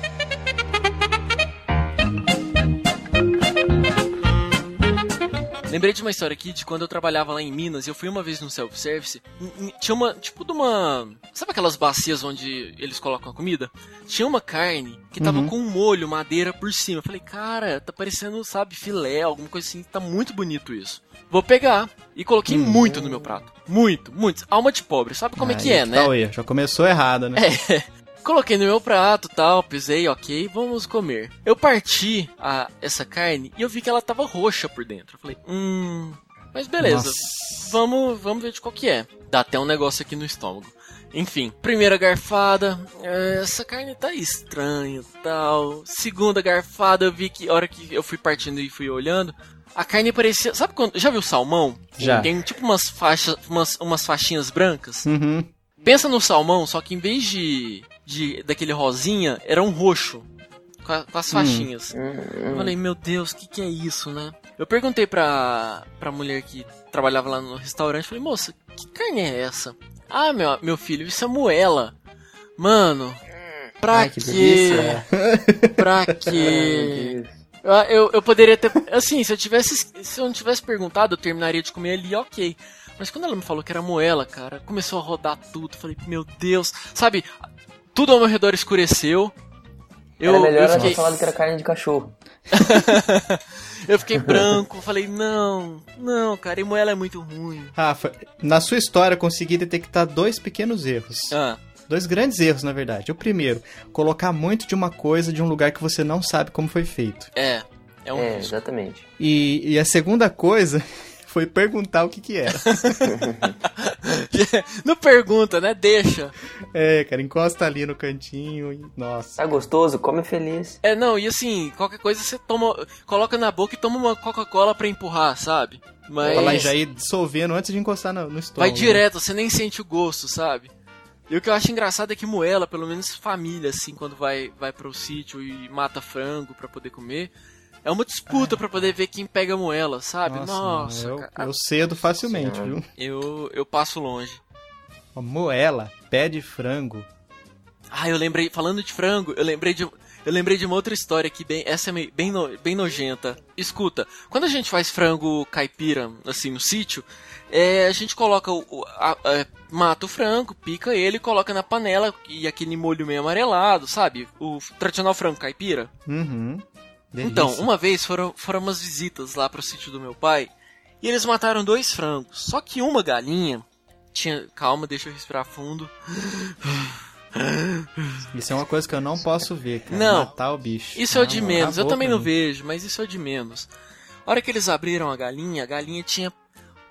Lembrei de uma história aqui de quando eu trabalhava lá em Minas, eu fui uma vez no self-service, e- e tinha uma, tipo de uma, sabe aquelas bacias onde eles colocam a comida? Tinha uma carne que tava com um molho, madeira por cima. Eu falei, cara, tá parecendo, sabe, filé, alguma coisa assim, tá muito bonito isso. Vou pegar. E coloquei muito no meu prato. Muito, muito. Alma de pobre, sabe como é que
Aí
é,
tá
né?
o erro, já começou errado, né?
É. [LAUGHS] Coloquei no meu prato tal, pisei, ok, vamos comer. Eu parti a, essa carne e eu vi que ela tava roxa por dentro. Eu falei, hum. Mas beleza,
Nossa.
vamos, vamos ver de qual que é. Dá até um negócio aqui no estômago. Enfim, primeira garfada, "É, essa carne tá estranha tal. Segunda garfada, eu vi que a hora que eu fui partindo e fui olhando, a carne parecia. Sabe quando. Já viu salmão?
Já.
Tem tipo umas faixas. Umas, umas faixinhas brancas.
Uhum.
Pensa no salmão, só que em vez de, de daquele rosinha, era um roxo. Com, a- com
Hum.
as faixinhas. Eu falei, meu Deus, o que, que é isso, né? Eu perguntei pra, pra mulher que trabalhava lá no restaurante, falei, moça, que carne é essa? Ah, meu, meu filho, isso é moela. Mano, pra
Ai, que
quê?
delícia. [LAUGHS]
pra
Ai,
quê?
meu Deus.
Ah, Eu, eu poderia ter. Assim, se eu tivesse. Se eu não tivesse perguntado, eu terminaria de comer ali, ok. Mas quando ela me falou que era moela, cara, começou a rodar tudo. eu Falei, meu Deus. Sabe, tudo ao meu redor escureceu. Eu,
era melhor
eu,
ela
fiquei,
ter falado que era carne de cachorro.
eu
[LAUGHS]
fiquei branco. Falei, não, não, cara, e moela é muito ruim.
Rafa, na sua história eu consegui detectar dois pequenos erros.
Ah,
Dois grandes erros, na verdade. O primeiro, colocar muito de uma coisa de um lugar que você não sabe como foi feito.
é. É um
É,
risco.
exatamente.
E, e a segunda coisa [LAUGHS] foi perguntar o que que
[LAUGHS]
era.
não pergunta, né? Deixa.
é, cara, encosta ali no cantinho e... Nossa.
Tá gostoso? Come feliz.
É, não, e assim, qualquer coisa você toma. Coloca na boca e toma uma Coca-Cola pra empurrar, sabe? Mas.
Falar e já ir dissolvendo antes de encostar no, no estômago. né?
É Vai direto, você nem sente o gosto, sabe? E o que eu acho engraçado é que moela, pelo menos família, assim, quando vai, vai pro sítio e mata frango pra poder comer, é uma disputa pra poder ver quem pega moela, sabe?
Nossa,
Nossa,
mano, eu,
cara,
eu cedo facilmente, viu?
eu, eu passo longe.
Ó, Moela, pé de frango.
Ah, eu lembrei, falando de frango, eu lembrei de, eu lembrei de uma outra história que bem, essa é meio- bem, no- bem nojenta. Escuta, quando a gente faz frango caipira, assim, no sítio, é, a gente coloca o, o- a- é, mata o frango, pica ele, coloca na panela e aquele molho meio amarelado, sabe? O tradicional frango caipira.
Uhum. Delícia.
Então, uma vez foram, foram umas visitas lá pro sítio do meu pai e eles mataram dois frangos. Só que uma galinha tinha. Calma, deixa eu respirar fundo.
Isso é uma coisa que eu não posso ver, cara.
Não.
Matar o bicho.
Isso é o de
Não,
menos. Eu
acabou
também
pra
não
mim.
vejo, mas isso é o de menos. A hora que eles abriram a galinha, a galinha tinha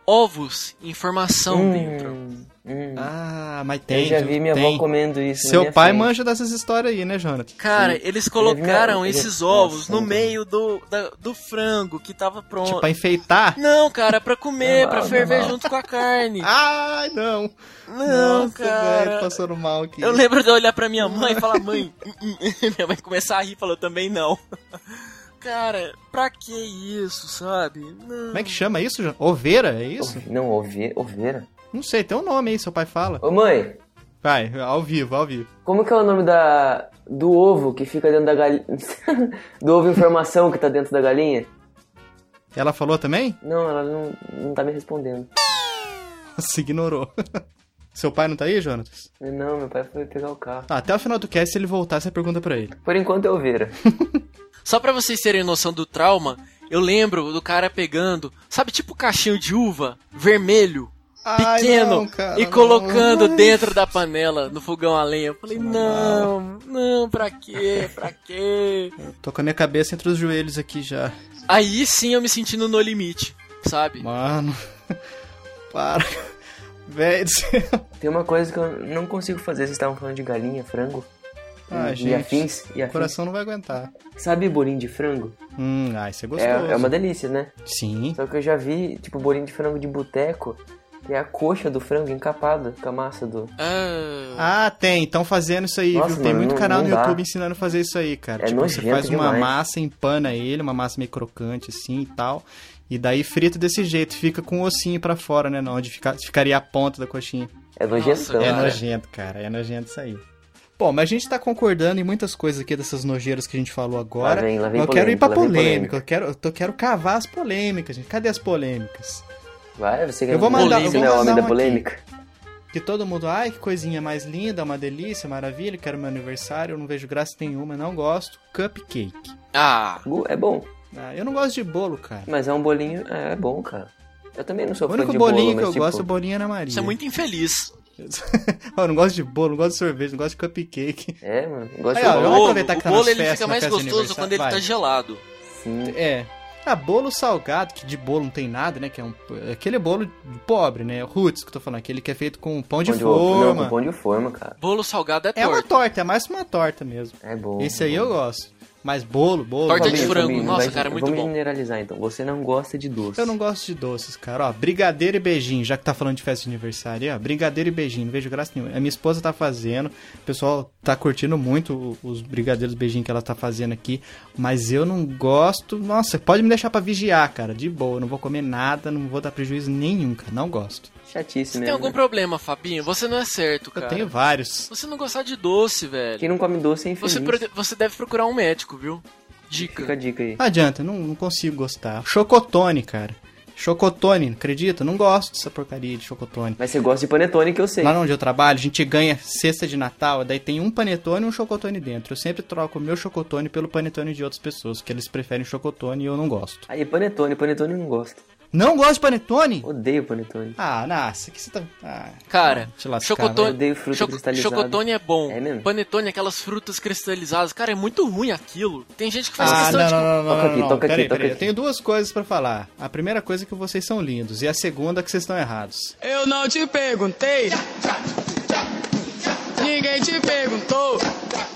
ovos em formação dentro.
Hum, hum.
Ah, mas tem.
eu já
viu?
vi minha
tem.
avó comendo isso. na
Seu
minha
pai
frente.
manja dessas histórias aí, né, Jonathan?
Cara,
Sim.
eles colocaram
Ele-
esses
ele-
ovos
Nossa,
no
meu
meio do, da- do frango que tava pronto.
Tipo, pra enfeitar?
Não, cara, pra comer,
Não,
pra
não,
ferver
não.
junto com
[LAUGHS]
a carne.
Ai, não.
não,
Ah, Nossa,
cara.
velho, passando mal aqui.
Eu [LAUGHS] lembro de eu olhar pra minha mãe e falar, mãe, hum, hum. minha mãe começar a rir e falou, também não. [LAUGHS] Cara, pra que isso, sabe? Não.
Como é que chama isso, João? Oveira, é isso?
Não, ove- oveira.
Não sei, tem um nome aí, seu pai fala.
Ô mãe,
Vai, ao vivo, ao vivo.
como que é o nome da do ovo que fica dentro da galinha? [LAUGHS] do ovo informação que tá dentro da galinha?
Ela falou também?
Não, ela não, não tá me respondendo.
Se ignorou. [LAUGHS] Seu pai não tá aí, Jonas?
Não, meu pai foi pegar o carro.
Ah, até o final do cast, se ele voltar, você pergunta pra ele.
Por enquanto é oveira.
Só pra vocês terem noção do trauma, eu lembro do cara pegando, sabe, tipo caixinho de uva, vermelho,
Ai,
pequeno,
não, cara,
e
não.
colocando dentro da panela, no fogão a lenha. Eu falei, não, não, pra quê, pra quê?
Tô com a minha cabeça entre os joelhos aqui já.
Aí sim eu me sentindo no limite, sabe?
Mano. [LAUGHS] Para. Velho do céu.
Tem uma coisa que eu não consigo fazer, vocês estavam falando de galinha, frango.
Ah,
e,
gente.
e afins, e
O
afins.
coração não vai aguentar.
Sabe bolinho de frango?
Hum, ai, você gostou.
É, é uma delícia, né?
Sim.
Só que eu já vi, tipo, bolinho de frango de boteco, que é a coxa do frango encapada com a massa do...
Ah,
Ah, tem. Estão fazendo isso aí,
Nossa,
viu? Tem
mano,
muito
não-
canal
não
no
dá.
YouTube ensinando a fazer isso aí, cara.
É
tipo, você
nojento
faz uma
demais.
massa, empana ele, uma massa meio crocante assim e tal. E daí frita desse jeito, fica com o ossinho pra fora, né? não, Onde fica- ficaria a ponta da coxinha.
É nojentão,
É
Cara.
né?
nojento, cara. É nojento isso aí. Bom, mas a gente tá concordando em muitas coisas aqui dessas nojeiras que a gente falou agora.
Lá vem- lá vem
eu quero ir pra
polêmica, lá vem
polêmica.
polêmica.
Eu quero, eu tô- quero cavar as polêmicas, gente. Cadê as polêmicas?
Vai, você que
Eu vou
não-
mandar-
você
eu vou
não é
mandar
homem
um
da
aqui.
polêmica.
Que todo mundo, ai, que coisinha mais linda, uma delícia, maravilha, quero meu aniversário, eu não vejo graça nenhuma, não gosto. Cupcake.
ah,
Bu- É bom,
Ah, eu não gosto de bolo, cara.
mas é um bolinho... É, é bom, cara. Eu também não sou
o
fã
único
de bolo,
bolinho que
mas,
eu
tipo,
gosto é o bolinho Ana Maria.
isso
[LAUGHS]
é muito infeliz.
eu não gosto de bolo, não gosto de sorvete, não gosto de cupcake.
É, mano, eu gosto
Aí,
de
ó,
O
Vamos
bolo.
bolo,
aproveitar que tá
o bolo
nas
ele
festas,
fica
na
mais
festa de
gostoso quando ele
aniversário,
tá
vai.
gelado.
Sim,
É. Ah, bolo salgado, que de bolo não tem nada, né? Que é um, aquele é bolo pobre, né? Roots que eu tô falando, aquele que é feito com pão de
assim, pão de ovo. Não,
forma.
com pão de forma, cara.
Bolo salgado é
é uma
torta.
torta, é mais uma torta mesmo.
É bom.
Esse aí
bom.
eu gosto. Mas bolo, bolo.
Torta
bolo.
é de
Família,
frango,
família,
nossa,
vai-
cara, é muito
vamos
bom.
generalizar então. Você não gosta de doce.
Eu não gosto de doces, cara. Ó, brigadeiro e beijinho, já que tá falando de festa de aniversário, aí, ó. Brigadeiro e beijinho, não vejo graça nenhuma. A minha esposa tá fazendo, o pessoal tá curtindo muito o- os brigadeiros e beijinho que ela tá fazendo aqui, mas eu não gosto. Nossa, pode me deixar pra vigiar, cara, de boa. Eu não vou comer nada, não vou dar prejuízo nenhum, cara. Não gosto.
Chatice
Tem
mesmo.
algum
né?
problema, Fabinho? Você não é certo,
Eu
cara.
tenho vários.
Você não gostar de doce, velho.
Quem não come doce é infeliz.
Você, pro- você deve procurar um médico, viu? Dica.
Fica a dica aí.
Não adianta, não, não consigo gostar. Chocotone, cara. Chocotone, acredita? Não gosto dessa porcaria de chocotone.
Mas você gosta de panetone que eu sei.
Lá onde eu trabalho, a gente ganha cesta de Natal, daí tem um panetone e um chocotone dentro. Eu sempre troco o meu chocotone pelo panetone de outras pessoas, porque eles preferem chocotone e eu não gosto.
Aí, panetone, panetone eu não gosto.
Não gosto de panetone?
Odeio panetone.
Ah, nossa, que você tá. Ah,
Cara,
te lascar,
Eu
chocotone,
odeio fruta
choco-
cristalizada.
chocotone é bom.
É mesmo?
Panetone, aquelas frutas cristalizadas. Cara, é muito ruim aquilo. Tem gente que faz
Ah,
questão
não,
de...
não, não, não,
Toca
não,
aqui,
não.
toca
peraí,
aqui, toca
peraí. Eu
aqui.
tenho duas coisas pra falar. A primeira coisa é que vocês são lindos, e a segunda é que vocês estão errados.
Eu não te perguntei. Ninguém te perguntou.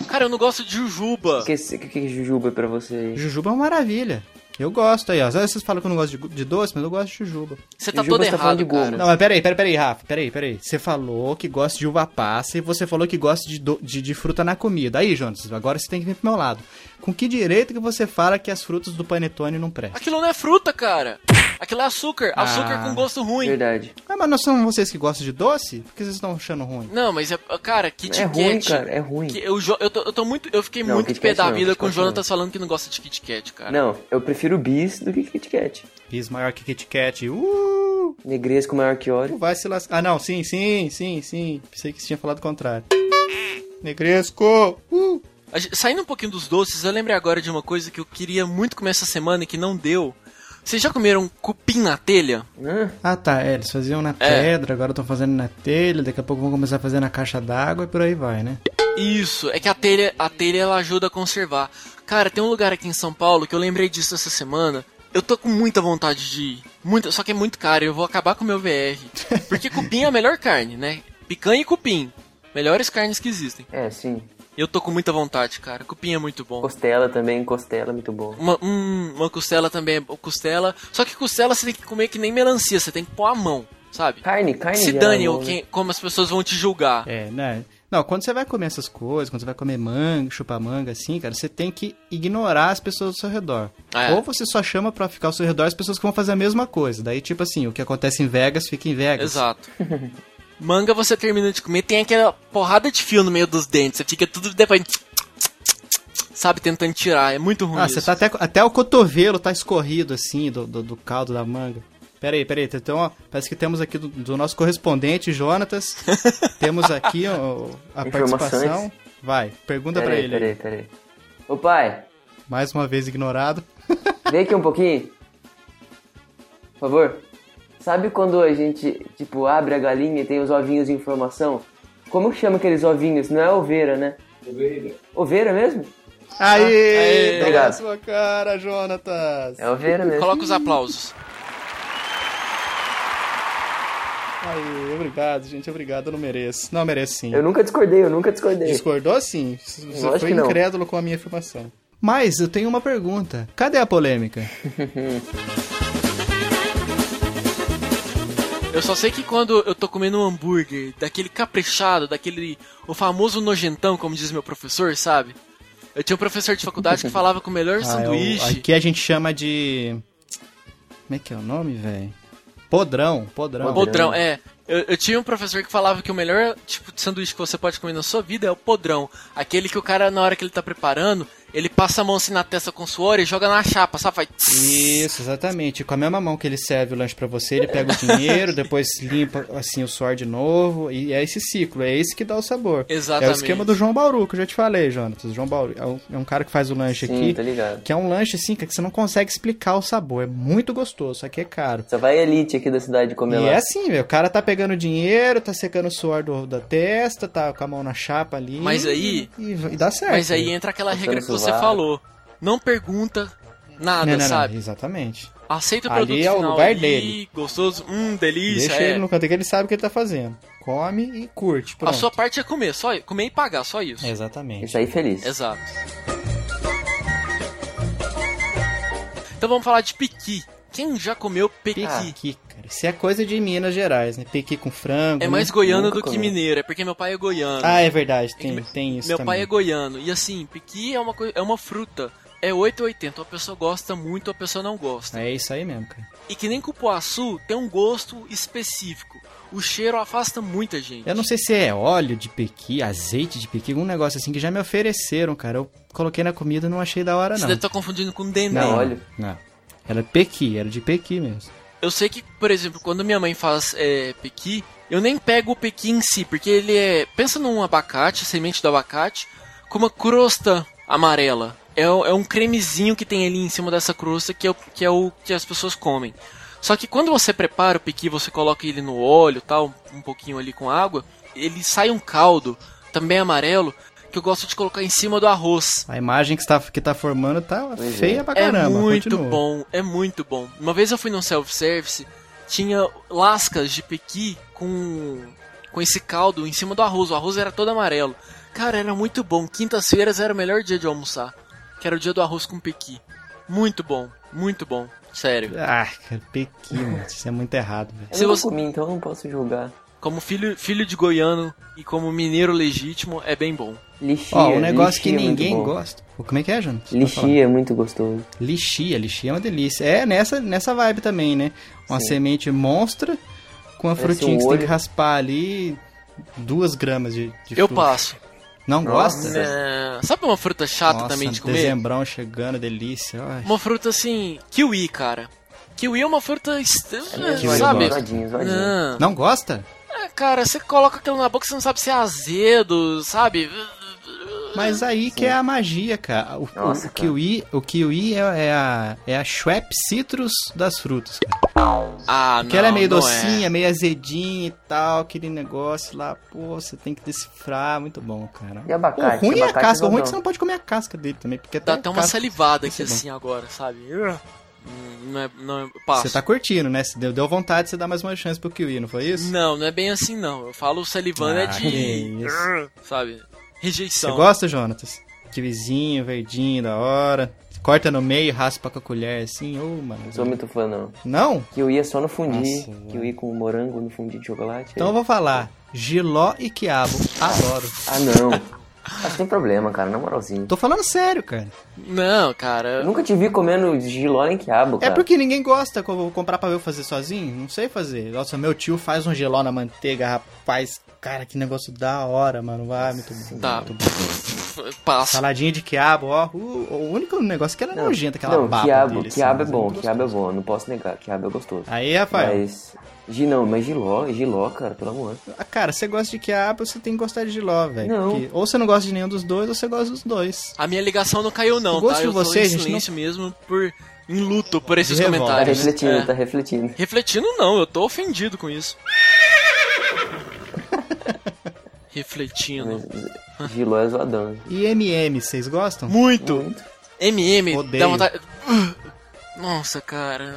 Cara, eu não gosto de jujuba.
O que, esse- que, que jujuba é pra você? aí?
Jujuba é uma maravilha. Eu gosto aí, ó. Às vezes vocês falam que eu não gosto de, de doce, mas eu gosto de jujuba.
Você tá
Jujuba
todo
você tá falando
errado,
de
cara.
goma.
Não, mas peraí, peraí, peraí, Rafa, peraí, peraí. Você falou que gosta de uva passa e você falou que gosta de, do- de, de fruta na comida. Aí, Jonas, agora você tem que vir pro meu lado. Com que direito que você fala que as frutas do panetone não prestam?
Aquilo não é fruta, cara. Aquilo é açúcar.
Ah.
Açúcar com gosto ruim.
Verdade.
Ah, mas não são vocês que gostam de doce? Por que vocês estão achando ruim?
Não, mas é. Cara, Kit
É
Kat.
ruim, cara, é ruim.
Que eu, jo- eu, tô, eu tô muito. Eu fiquei
Não,
muito
Kit
pé
Kat
da
não,
vida
Kit
com o
Kat
Jonatas falando que não gosta de Kit Kat, cara.
Não, eu prefiro bis do que Kit Kat.
Fiz maior que Kit Kat. Uh!
Negresco maior que Oreo.
Vai se lascar. Ah, não, sim, sim, sim, sim. Pensei que você tinha falado o contrário. Negresco! Uh!
A gen- Saindo um pouquinho dos doces, eu lembrei agora de uma coisa que eu queria muito comer essa semana e que não deu. Vocês já comeram cupim na telha?
Hã?
Ah, tá, é, eles faziam na pedra, agora estão fazendo na telha, daqui a pouco vão começar a fazer na caixa d'água e por aí vai, né?
Isso, é que a telha, a telha ela ajuda a conservar. Cara, tem um lugar aqui em São Paulo que eu lembrei disso essa semana. Eu tô com muita vontade de ir. Muita, só que é muito caro, eu vou acabar com o meu VR. Porque cupim é a melhor carne, né? Picanha e cupim. Melhores carnes que existem.
É, sim.
Eu tô com muita vontade, cara. Cupim é muito bom.
Costela também, costela, muito bom.
Uma, hum, uma costela também é bo- costela. Só que costela você tem que comer que nem melancia, você tem que pôr a mão, sabe?
Carne, carne
Se
já é
dane
bom,
o
né?
quem, como as pessoas vão te julgar.
É, né? Não, quando você vai comer essas coisas, quando você vai comer manga, chupar manga, assim, cara, você tem que ignorar as pessoas ao seu redor.
É.
Ou você só chama pra ficar ao seu redor as pessoas que vão fazer a mesma coisa. Daí, tipo assim, o que acontece em Vegas fica em Vegas.
Exato.
[LAUGHS]
Manga você termina de comer, tem aquela porrada de fio no meio dos dentes. Você fica tudo depois. Sabe, tentando tirar. É muito ruim.
Ah,
isso.
você tá até, até o cotovelo tá escorrido, assim, do, do, do caldo da manga. Pera aí, pera aí. Então, ó, parece que temos aqui do, do nosso correspondente,
[LAUGHS]
Jonatas. temos aqui ó, a
Informações.
participação. Vai, pergunta pra
Peraí,
ele.
peraí, peraí. Ô pai,
Mais uma vez ignorado.
vem aqui um pouquinho. Por favor. Sabe quando a gente, tipo, abre a galinha e tem os ovinhos em formação? Como que chama aqueles ovinhos? Não é oveira, né? Oveira. Oveira mesmo?
Aê!
obrigado.
Dá na sua cara, Jonatas!
É oveira mesmo.
Coloca os aplausos.
Aê, obrigado, gente, obrigado, eu não mereço. Não, eu mereço sim.
Eu nunca discordei, eu nunca discordei.
Discordou sim, você
Lógico
foi
que não.
incrédulo com a minha afirmação. Mas eu tenho uma pergunta. Cadê a polêmica? Ah, é
Eu só sei que quando eu tô comendo um hambúrguer daquele caprichado, daquele. o famoso nojentão, como diz meu professor, sabe? Eu tinha um professor de faculdade que falava que o melhor
[LAUGHS] Ah, é o-
sanduíche.
aqui a gente chama de. Como é que é o nome, velho? Podrão, Tá podrão.
Podrão, é. Eu, eu tinha um professor que falava que o melhor tipo de sanduíche que você pode comer na sua vida é o podrão. Aquele que o cara, na hora que ele tá preparando, ele passa a mão assim na testa com suor e joga na chapa, sabe? Vai...
Isso, exatamente. Com a mesma mão que ele serve o lanche pra você, ele
[LAUGHS]
pega o dinheiro, depois limpa assim o suor de novo, e é esse ciclo, é esse que dá o sabor. É o
Exatamente.
esquema do João Bauru, que eu já te falei, Jonatas. O João Bauru é um- é um cara que faz o lanche
Sim,
aqui,
tá ligado.
que é um lanche assim, cara, que você não consegue explicar o sabor, é muito gostoso, só que é caro.
Só vai a elite aqui da cidade comer
E
lá.
é assim, velho, o cara tá pegando dinheiro, tá secando o suor do- da testa, tá com a mão na chapa ali.
Mas aí-
E, e dá certo.
Mas aí entra aquela
Tá
Botando
regra que você
sovaco.
falou. Não pergunta nada,
Não, não, não,
sabe?
exatamente.
Aceita o
Ali
produto
é o
final
lugar
ali,
dele.
gostoso, hum, delícia,
Deixa
é.
ele no canto que ele sabe o que ele tá fazendo. Come e curte. Pronto. É.
A sua parte é comer, só comer e pagar, só isso.
Exatamente.
Isso aí feliz.
Exato. Então vamos falar de piqui. Quem já comeu piqui?
Ah.
Pequi, cara. Isso é coisa de Minas Gerais, né? Pequi com frango.
é
né?
mais goiano
nunca
do que
comi.
mineiro, é porque meu pai é goiano.
Ah, é verdade,
É que
tem,
me-
tem isso
meu
também.
pai é goiano. E assim, piqui é uma, coi- é uma fruta. É 8,80. A pessoa gosta muito, a pessoa não gosta.
É isso aí mesmo, cara.
E que nem cupuaçu, tem um gosto específico. O cheiro afasta muita gente.
Eu não sei se é óleo de pequi, azeite de pequi, algum negócio assim que já me ofereceram, cara. Eu coloquei na comida e não achei da hora,
Você
não.
deve tá- estar confundindo com dendê.
Não,
óleo.
Não. Era pequi, era de pequi mesmo.
Eu sei que, por exemplo, quando minha mãe faz é, pequi, eu nem pego o pequi em si, porque ele é. Pensa num abacate, semente do abacate, com uma crosta amarela. É, o- é um cremezinho que tem ali em cima dessa crosta que é, o, que é o que as pessoas comem. Só que quando você prepara o pequi, você coloca ele no óleo tal, um pouquinho ali com água, ele sai um caldo, também amarelo, que eu gosto de colocar em cima do arroz.
A imagem que está que tá formando tá feia pra
É
caramba.
muito
continua.
bom, é muito bom. Uma vez eu fui num self-service, tinha lascas de pequi com, com esse caldo em cima do arroz. O arroz era todo amarelo. Cara, era muito bom. Quintas-feiras era o melhor dia de almoçar. Que era o dia do arroz com pequi. Muito bom, muito bom. Sério.
Ah, cara, pequi, mano. Isso é muito errado, velho.
Eu
Se
não
você-
comi, então eu não posso julgar.
Como filho, filho de goiano e como mineiro legítimo, é bem bom.
Lixia.
Ó, um negócio que
lixia é muito
ninguém
bom.
gosta. Pô, Como é que é, Jonas? Pode falar.
Lixia é muito gostoso.
Lixia, lixia é uma delícia. É nessa, nessa vibe também, né? Uma
Sim.
semente monstra com a
Parece
frutinha
um
que você tem que
olho.
raspar ali. Duas gramas de, de
Eu
fruta.
passo.
Não
Nossa.
gosta?
Né? Sabe uma fruta chata
Nossa,
também de comer?
dezembrão chegando, delícia. Ai.
Uma fruta assim, kiwi, cara. Kiwi é uma fruta, est...
eu
é
sabe?
gosto.
Zoadinho, zoadinho.
Não.
Não gosta?
É, cara, você coloca aquilo na boca, você não sabe se é azedo, sabe?
Mas aí que é a magia, cara. O, o-
Nossa,
o
cara.
kiwi, o kiwi é, é a é a Schweppes citrus das frutas. cara.
Ah,
Porque ela é meio docinha, meio azedinha e tal, aquele negócio lá, pô, você tem que decifrar, muito bom, cara.
E abacate?
O ruim é a
Abacate
casca, o ruim é que
não.
você não pode comer a casca dele também, porque
Dá
a
até uma
casca-
salivada
Vai
aqui
ser é bom.
assim agora, sabe? Hum, Não é, não é, passo.
Você tá curtindo, né? Se deu, deu vontade, você dá mais uma chance pro kiwi, não foi isso?
Não, não é bem assim não. Eu falo salivando é
Ah, que
de,
isso.
sabe?
Você
Rejeição.
gosta, Jonatas? Kiwizinho, verdinho, da hora. Corta no meio, raspa com a colher assim, ô, mano.
Não sou muito fã, não.
Não?
Kiwi é só no fundi.
Nossa,
Kiwi com morango no fundi de chocolate.
Então eu vou falar. Giló e quiabo. Adoro.
Ah, não. Acho que tem problema, cara, na moralzinha.
Tô falando sério, cara.
Não, cara.
Eu nunca te vi comendo giló nem quiabo,
É
cara.
porque ninguém gosta. que Eu vou comprar pra eu fazer sozinho? Não sei fazer. Nossa, meu tio faz um geló na manteiga, rapaz. Cara, que negócio da hora, mano. Ah, muito bom.
Tá.
Muito bom.
Passa.
Saladinha de quiabo, ó. O, o único negócio que era é nojento, aquela
não,
baba
quiabo,
dele, assim,
quiabo
mas
é bom,
muito
quiabo é bom, não posso negar, quiabo é gostoso.
gostoso. Aí, rapaz.
Mas. Gi, não, mas giló, giló, cara, pelo amor.
Ah, Cara, você gosta de quiabo, você tem que gostar de giló, velho.
Não.
Porque Ou você não gosta de nenhum dos dois, ou você gosta dos dois.
A minha ligação não caiu, não,
O gosto
tá?
de
Eu tô
você,
em
gente,
silêncio mesmo por. em luto por esses
De revolta.
Tá
comentários.
refletindo,
É.
tá refletindo.
Refletindo não, eu tô ofendido com isso. Refletindo.
Mas Giló é zoadão. né?
E MM, vocês gostam?
Muito!
Muito.
MM,
Odeio.
dá vontade. Nossa, cara.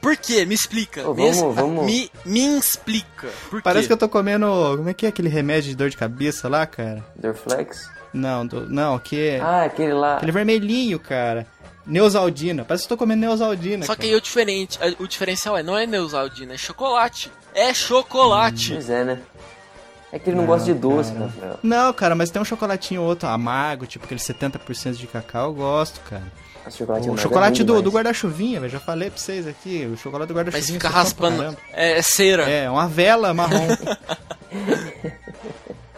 Por quê? Me explica.
Ô,
Me es-
vamos- vamos-
Me, me explica. Por
Parece que
quê?
eu tô comendo. Como é que é aquele remédio de dor de cabeça lá, cara?
Dorflex.
Não, do- não, que é.
Ah, aquele lá.
Aquele vermelhinho, cara. Neusaldina. Parece que eu tô comendo Neusaldina.
Só que
cara.
aí o diferente, o diferencial é não é Neusaldina, é chocolate. É chocolate.
Hum.
Pois é, né? É que ele não, gosta de doce, Rafael.
Não, cara, mas tem um chocolatinho outro amargo, tipo aquele 70% de cacau, eu gosto, cara.
Esse chocolate
o
amargo é
chocolate
bom
do,
demais.
do guarda-chuvinha, velho, já falei pra vocês aqui, o chocolate do
Mas
guarda-chuvinha.
fica
é bom pra
raspando.
caramba.
É, é cera.
É, uma
[LAUGHS]
vela marrom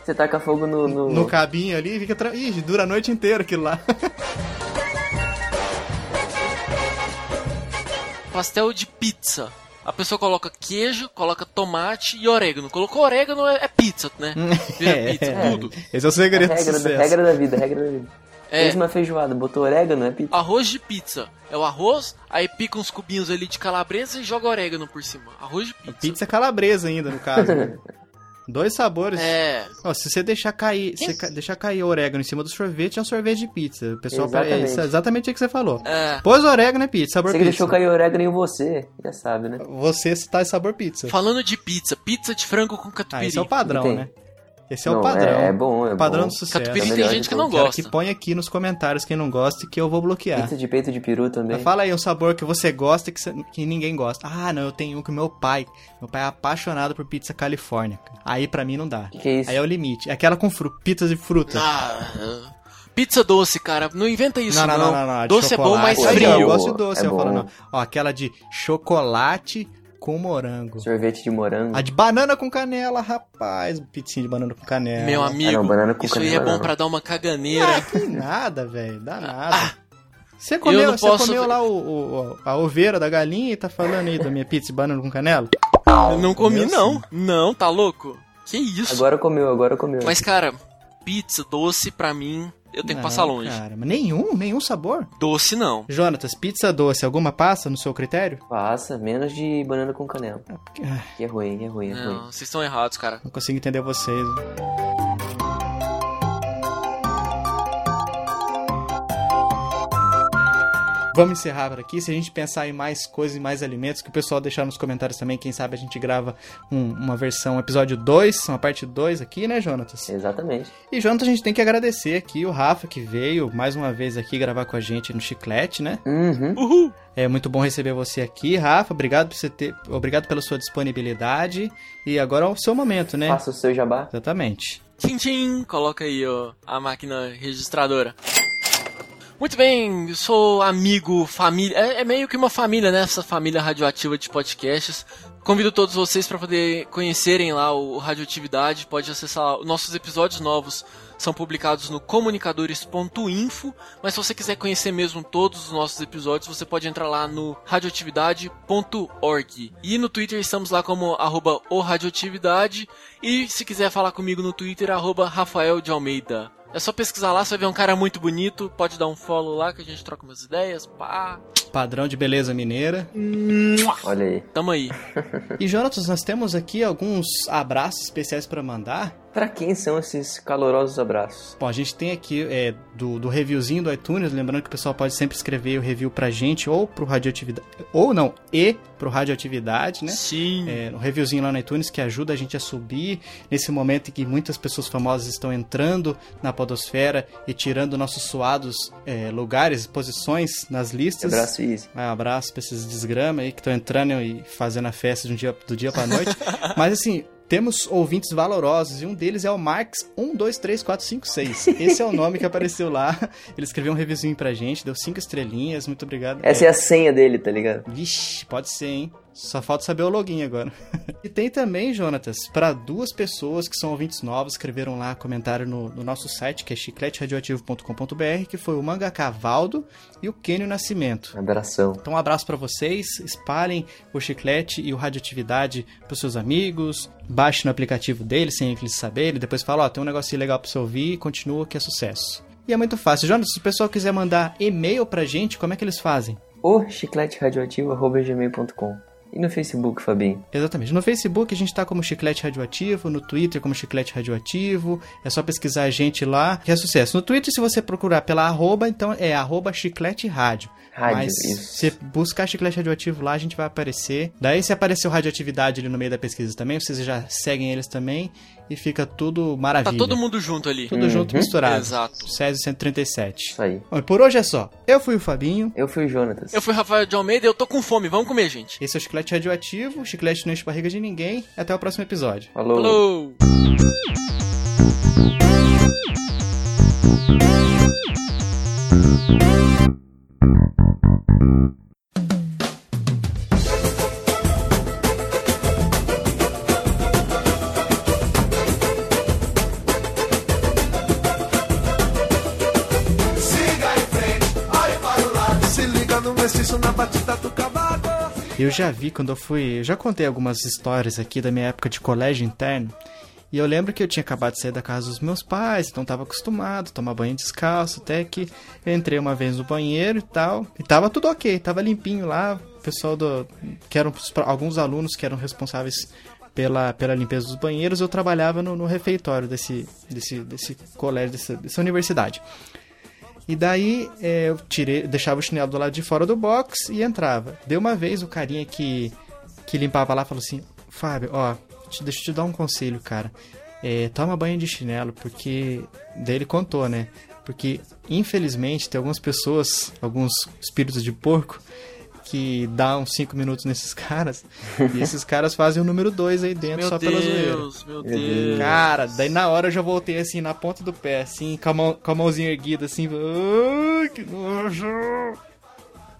Você taca fogo no. no...
no cabinho ali e fica. Tra... Ih, dura a noite inteira aquilo lá.
Pastel de pizza. A pessoa coloca queijo, coloca tomate e orégano. Colocou orégano é, é pizza,
[LAUGHS]
né? Vira
É.
pizza, tudo.
Esse é o
É
segredo do
regra, da,
sucesso.
regra da vida, regra da vida.
É.
Fez uma feijoada, botou orégano, é
Ah,
pizza.
Arroz de pizza. É o arroz, aí pica uns cubinhos ali de calabresa e joga orégano por cima. Arroz de pizza.
É Pizza calabresa ainda, no caso.
[LAUGHS]
né? Dois sabores.
É.
Ó, se você deixar cair, se ca- deixar cair orégano em cima do sorvete, é um sorvete de pizza. O pessoal
Exatamente.
é isso, é exatamente o que você falou.
É.
Pôs orégano é pizza, sabor
Você que
pizza.
deixou cair orégano em você, já sabe, né?
Você está em sabor pizza.
Falando de pizza, pizza de frango com
Ah,
catupiry.
esse é o padrão,
Entendi.
né? Esse é o
Não,
padrão.
é- é bom, é
padrão
bom.
do sucesso.
Catupiry
É
tem
melhor
gente
de
que não
Quero
gosta.
que põe aqui nos comentários quem não gosta que eu vou bloquear.
Pizza de peito de peru também.
Mas Fala aí um sabor que você gosta e que, você- que ninguém gosta. Ah, não, eu tenho um que meu pai. Meu pai é apaixonado por pizza califórnia. cara. Aí pra mim não dá.
Que que é isso?
Aí é o limite. É aquela com fru pizzas e fruta.
Ah, pizza doce, cara. Não inventa isso,
Não, não, não, não, não. De
Doce é bom,
chocolate.
mas
Aí,
frio.
Eu gosto de doce,
É
eu falo,
bom.
não. Ó, aquela de chocolate com morango.
Sorvete de morango.
A de banana com canela, rapaz. Pizzinha de banana com canela.
Meu
Ah,
amigo,
não, banana com
isso aí
canela,
é bom
não.
pra dar uma
Ah,
caganeira.
que nada, velho. Dá nada. Você comeu,
Ah. não
você
posso
comeu
ver-
lá o, o- a oveira da galinha e tá falando aí da minha pizza de banana com canela?
Eu não comi,
Meu
não. Não, tá louco? Que isso?
Agora comeu, agora comeu.
Mas, cara, pizza doce, pra mim, eu tenho que
Não,
passar longe.
Cara, mas nenhum, nenhum sabor.
Doce, não.
Jonatas, pizza doce, alguma passa no seu critério?
Passa, menos de banana com canela.
porque- ah.
Que é ruim, é ruim, é
Não,
ruim.
vocês estão errados, cara.
Não consigo entender vocês. Vamos encerrar por aqui. Se a gente pensar em mais coisas e mais alimentos, que o pessoal deixar nos comentários também, quem sabe a gente grava um- uma versão, um episódio 2, uma parte 2 aqui, né, Jonatas?
Exatamente.
E, Jonatas, a gente tem que agradecer aqui o Rafa, que veio mais uma vez aqui gravar com a gente no Chiclete, né?
Uhum.
Uhul!
É muito bom receber você aqui, Rafa. Obrigado, por você ter, obrigado pela sua disponibilidade. E agora é o seu momento,
Uh.
né?
Faça o seu jabá.
Exatamente.
Tchim, tchim! Coloca aí, ó, a máquina registradora. Muito bem, eu sou amigo, família. É, é meio que uma família, né? Essa família radioativa de podcasts. Convido todos vocês para poder conhecerem lá o Radioatividade. Pode acessar os nossos episódios novos. São publicados no comunicadores.info, mas se você quiser conhecer mesmo todos os nossos episódios, você pode entrar lá no radioatividade.org. E no Twitter estamos lá como arroba o radioatividade. E se quiser falar comigo no Twitter, arroba Rafael de Almeida. É só pesquisar lá, você vai ver um cara muito bonito, pode dar um follow lá que a gente troca umas ideias, pá.
Padrão de beleza mineira.
Olha aí.
Tamo aí.
E Jonatas, nós temos aqui alguns abraços especiais para mandar.
Pra quem são esses calorosos abraços?
Bom, a gente tem aqui é, do, do reviewzinho do iTunes, lembrando que o pessoal pode sempre escrever o review pra gente ou pro Radioatividade, ou não, e pro Radioatividade, né?
Sim.
É, um reviewzinho lá no iTunes que ajuda a gente a subir nesse momento em que muitas pessoas famosas estão entrando na podosfera e tirando nossos suados é, lugares, posições nas listas.
Abraço isso.
Um abraço pra esses desgrama aí que estão entrando e fazendo a festa de um dia, do dia pra noite. Mas assim, Temos ouvintes valorosos e um deles é o Marx123456. Esse é o nome que apareceu lá. Ele escreveu um reviewzinho pra gente, deu cinco estrelinhas, muito obrigado.
Essa é a senha dele, tá ligado?
Vixe, pode ser, hein? Só falta saber o login agora. [LAUGHS] e tem também, Jonatas, para duas pessoas que são ouvintes novos, escreveram lá comentário no, no nosso site, que é chicleteradioativo.com.br, que foi o Manga Cavaldo e o Kenio Nascimento.
Abração.
Então, um abraço para vocês. Espalhem o chiclete e o radioatividade pros seus amigos. Baixe no aplicativo dele, sem eles saberem. Depois fala: Ó, tem um negocinho legal pra você ouvir. Continua que é sucesso. E é muito fácil. Jonas, se o pessoal quiser mandar e-mail pra gente, como é que eles fazem?
O chicleteradioativo.gmail.com E no Facebook, Fabinho?
Exatamente. No Facebook a gente tá como Chiclete Radioativo, no Twitter como Chiclete Radioativo. É só pesquisar a gente lá, que é sucesso. No Twitter, se você procurar pela arroba, então é arroba Chiclete Rádio.
Rádio,
Mas
isso.
se buscar Chiclete Radioativo lá, a gente vai aparecer. Daí se apareceu radioatividade ali no meio da pesquisa também, vocês já seguem eles também e fica tudo
Tá
maravilha.
todo mundo junto ali.
Tudo junto, misturado.
Exato.
Césio 137.
Uhum. Isso aí.
Bom, e por hoje é só. Eu fui o Fabinho.
Eu fui o Jonatas.
Eu fui Rafael de Almeida e eu tô com fome. Vamos comer, gente.
Esse é o Chiclete Radioativo. O chiclete não enche barriga de ninguém. Até o próximo episódio.
Falou.
Falou!
Siga em frente, olhe para o lado, se liga no mestiço na batida do cavaco.
Eu já vi quando eu fui. Eu já contei algumas histórias aqui da minha época de colégio interno. E eu lembro que eu tinha acabado de sair da casa dos meus pais, então tava acostumado a tomar banho descalço, até que eu entrei uma vez no banheiro e tal. E tava tudo ok, tava limpinho lá. O pessoal do. que eram os- alguns alunos que eram responsáveis pela, pela limpeza dos banheiros, eu trabalhava no, no refeitório desse, desse, desse colégio, dessa- dessa universidade. E daí é, eu tirei, deixava o chinelo do lado de fora do box e entrava. Deu uma vez o carinha que, que limpava lá falou assim: Fábio, ó, te, deixa eu te dar um conselho, cara. É, toma banho de chinelo, porque. Daí ele contou, né? Porque, infelizmente, tem algumas pessoas, alguns espíritos de porco, que dá uns 5 minutos nesses [LAUGHS] caras. e esses caras fazem o número 2 aí dentro
Meu
só pela zoeira.
Deus, meu Deus.
Cara, daí na hora eu já voltei assim, na ponta do pé, assim, com a, mão, com a mãozinha erguida, assim. "Ai, que nojo!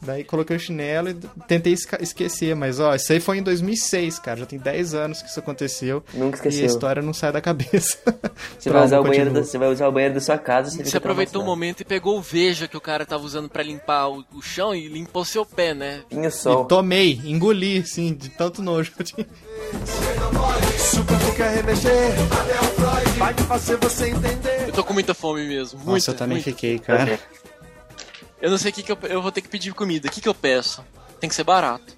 Daí coloquei o chinelo e tentei esca- esquecer, mas ó, isso aí foi em 2006, cara. Já tem 10 anos que isso aconteceu.
Nunca
E a
esqueceu.
história não sai da cabeça.
[LAUGHS] Você, vai usar o
Trauma
banheiro da,
continua.
você vai usar o banheiro da sua casa. Você,
Você aproveitou o momento e pegou o veja que o cara tava usando pra limpar o, o chão e limpou seu pé, né?
Pinho sol.
E tomei, engoli, assim, de tanto nojo. que eu tinha.
Super não quer remexer, até o é um Freud vai fazer você entender.
Eu tô com muita fome mesmo. Muita,
Nossa, eu também
muita.
fiquei, cara.
Eu não sei o que, que eu. pe- Eu vou ter que pedir comida. O que, que eu peço? Tem que ser barato.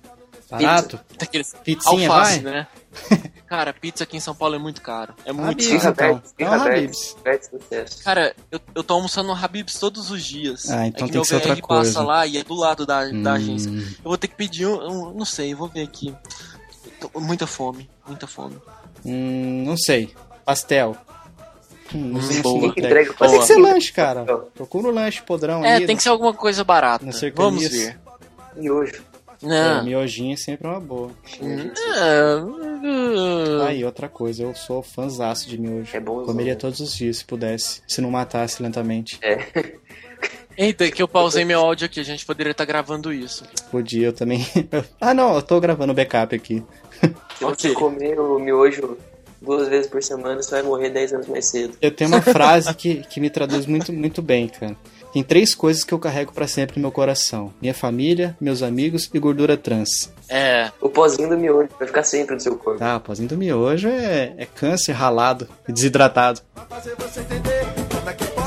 Barato?
Daqueles
Pizzinha,
alface,
vai? [LAUGHS]
né? Cara, pizza aqui em São Paulo é muito caro. É muito
Habib's,
caro.
então. Então, Habib's.
Habibs.
Cara, eu, eu tô almoçando no Habib's todos os dias.
Ah,
é
então tem
que meu
que ser outra
VR passa
coisa. Hum.
lá e é do lado da, da agência. Eu vou ter que pedir um, um- Não sei, eu vou ver aqui. Tô- muita fome, muita fome.
Hum, não sei. Pastel. Hum, não sei.
boa.
Boa.
que entrega o
Mas tem
pastel.
que ser lanche, cara.
Pastel.
Procura um lanche podrão
É,
aí.
tem que ser alguma coisa barata.
Na cercania,
Vamos ver. Ah,
Miojo.
É,
Não.
miojinho é sempre uma boa.
Ah,
Aí, outra coisa, eu sou fãzaço de miojo.
É bonzão,
Comeria
né?
todos os dias se pudesse, se não matasse lentamente.
Eita, que eu pausei meu áudio aqui, a gente poderia estar gravando isso.
Podia, eu também. [LAUGHS] ah, não, eu tô gravando o backup aqui.
Se
Ok.
você comer o miojo duas vezes por semana, você vai morrer 10 anos mais cedo.
Eu tenho uma frase que, que me traduz muito, muito bem, cara. Tem três coisas que eu carrego pra sempre no meu coração: minha família, meus amigos e gordura trans.
É,
O pozinho do miojo vai ficar sempre no seu corpo.
Tá, pozinho do miojo é, é câncer ralado e desidratado.
Vai fazer você entender, é daqui a pouco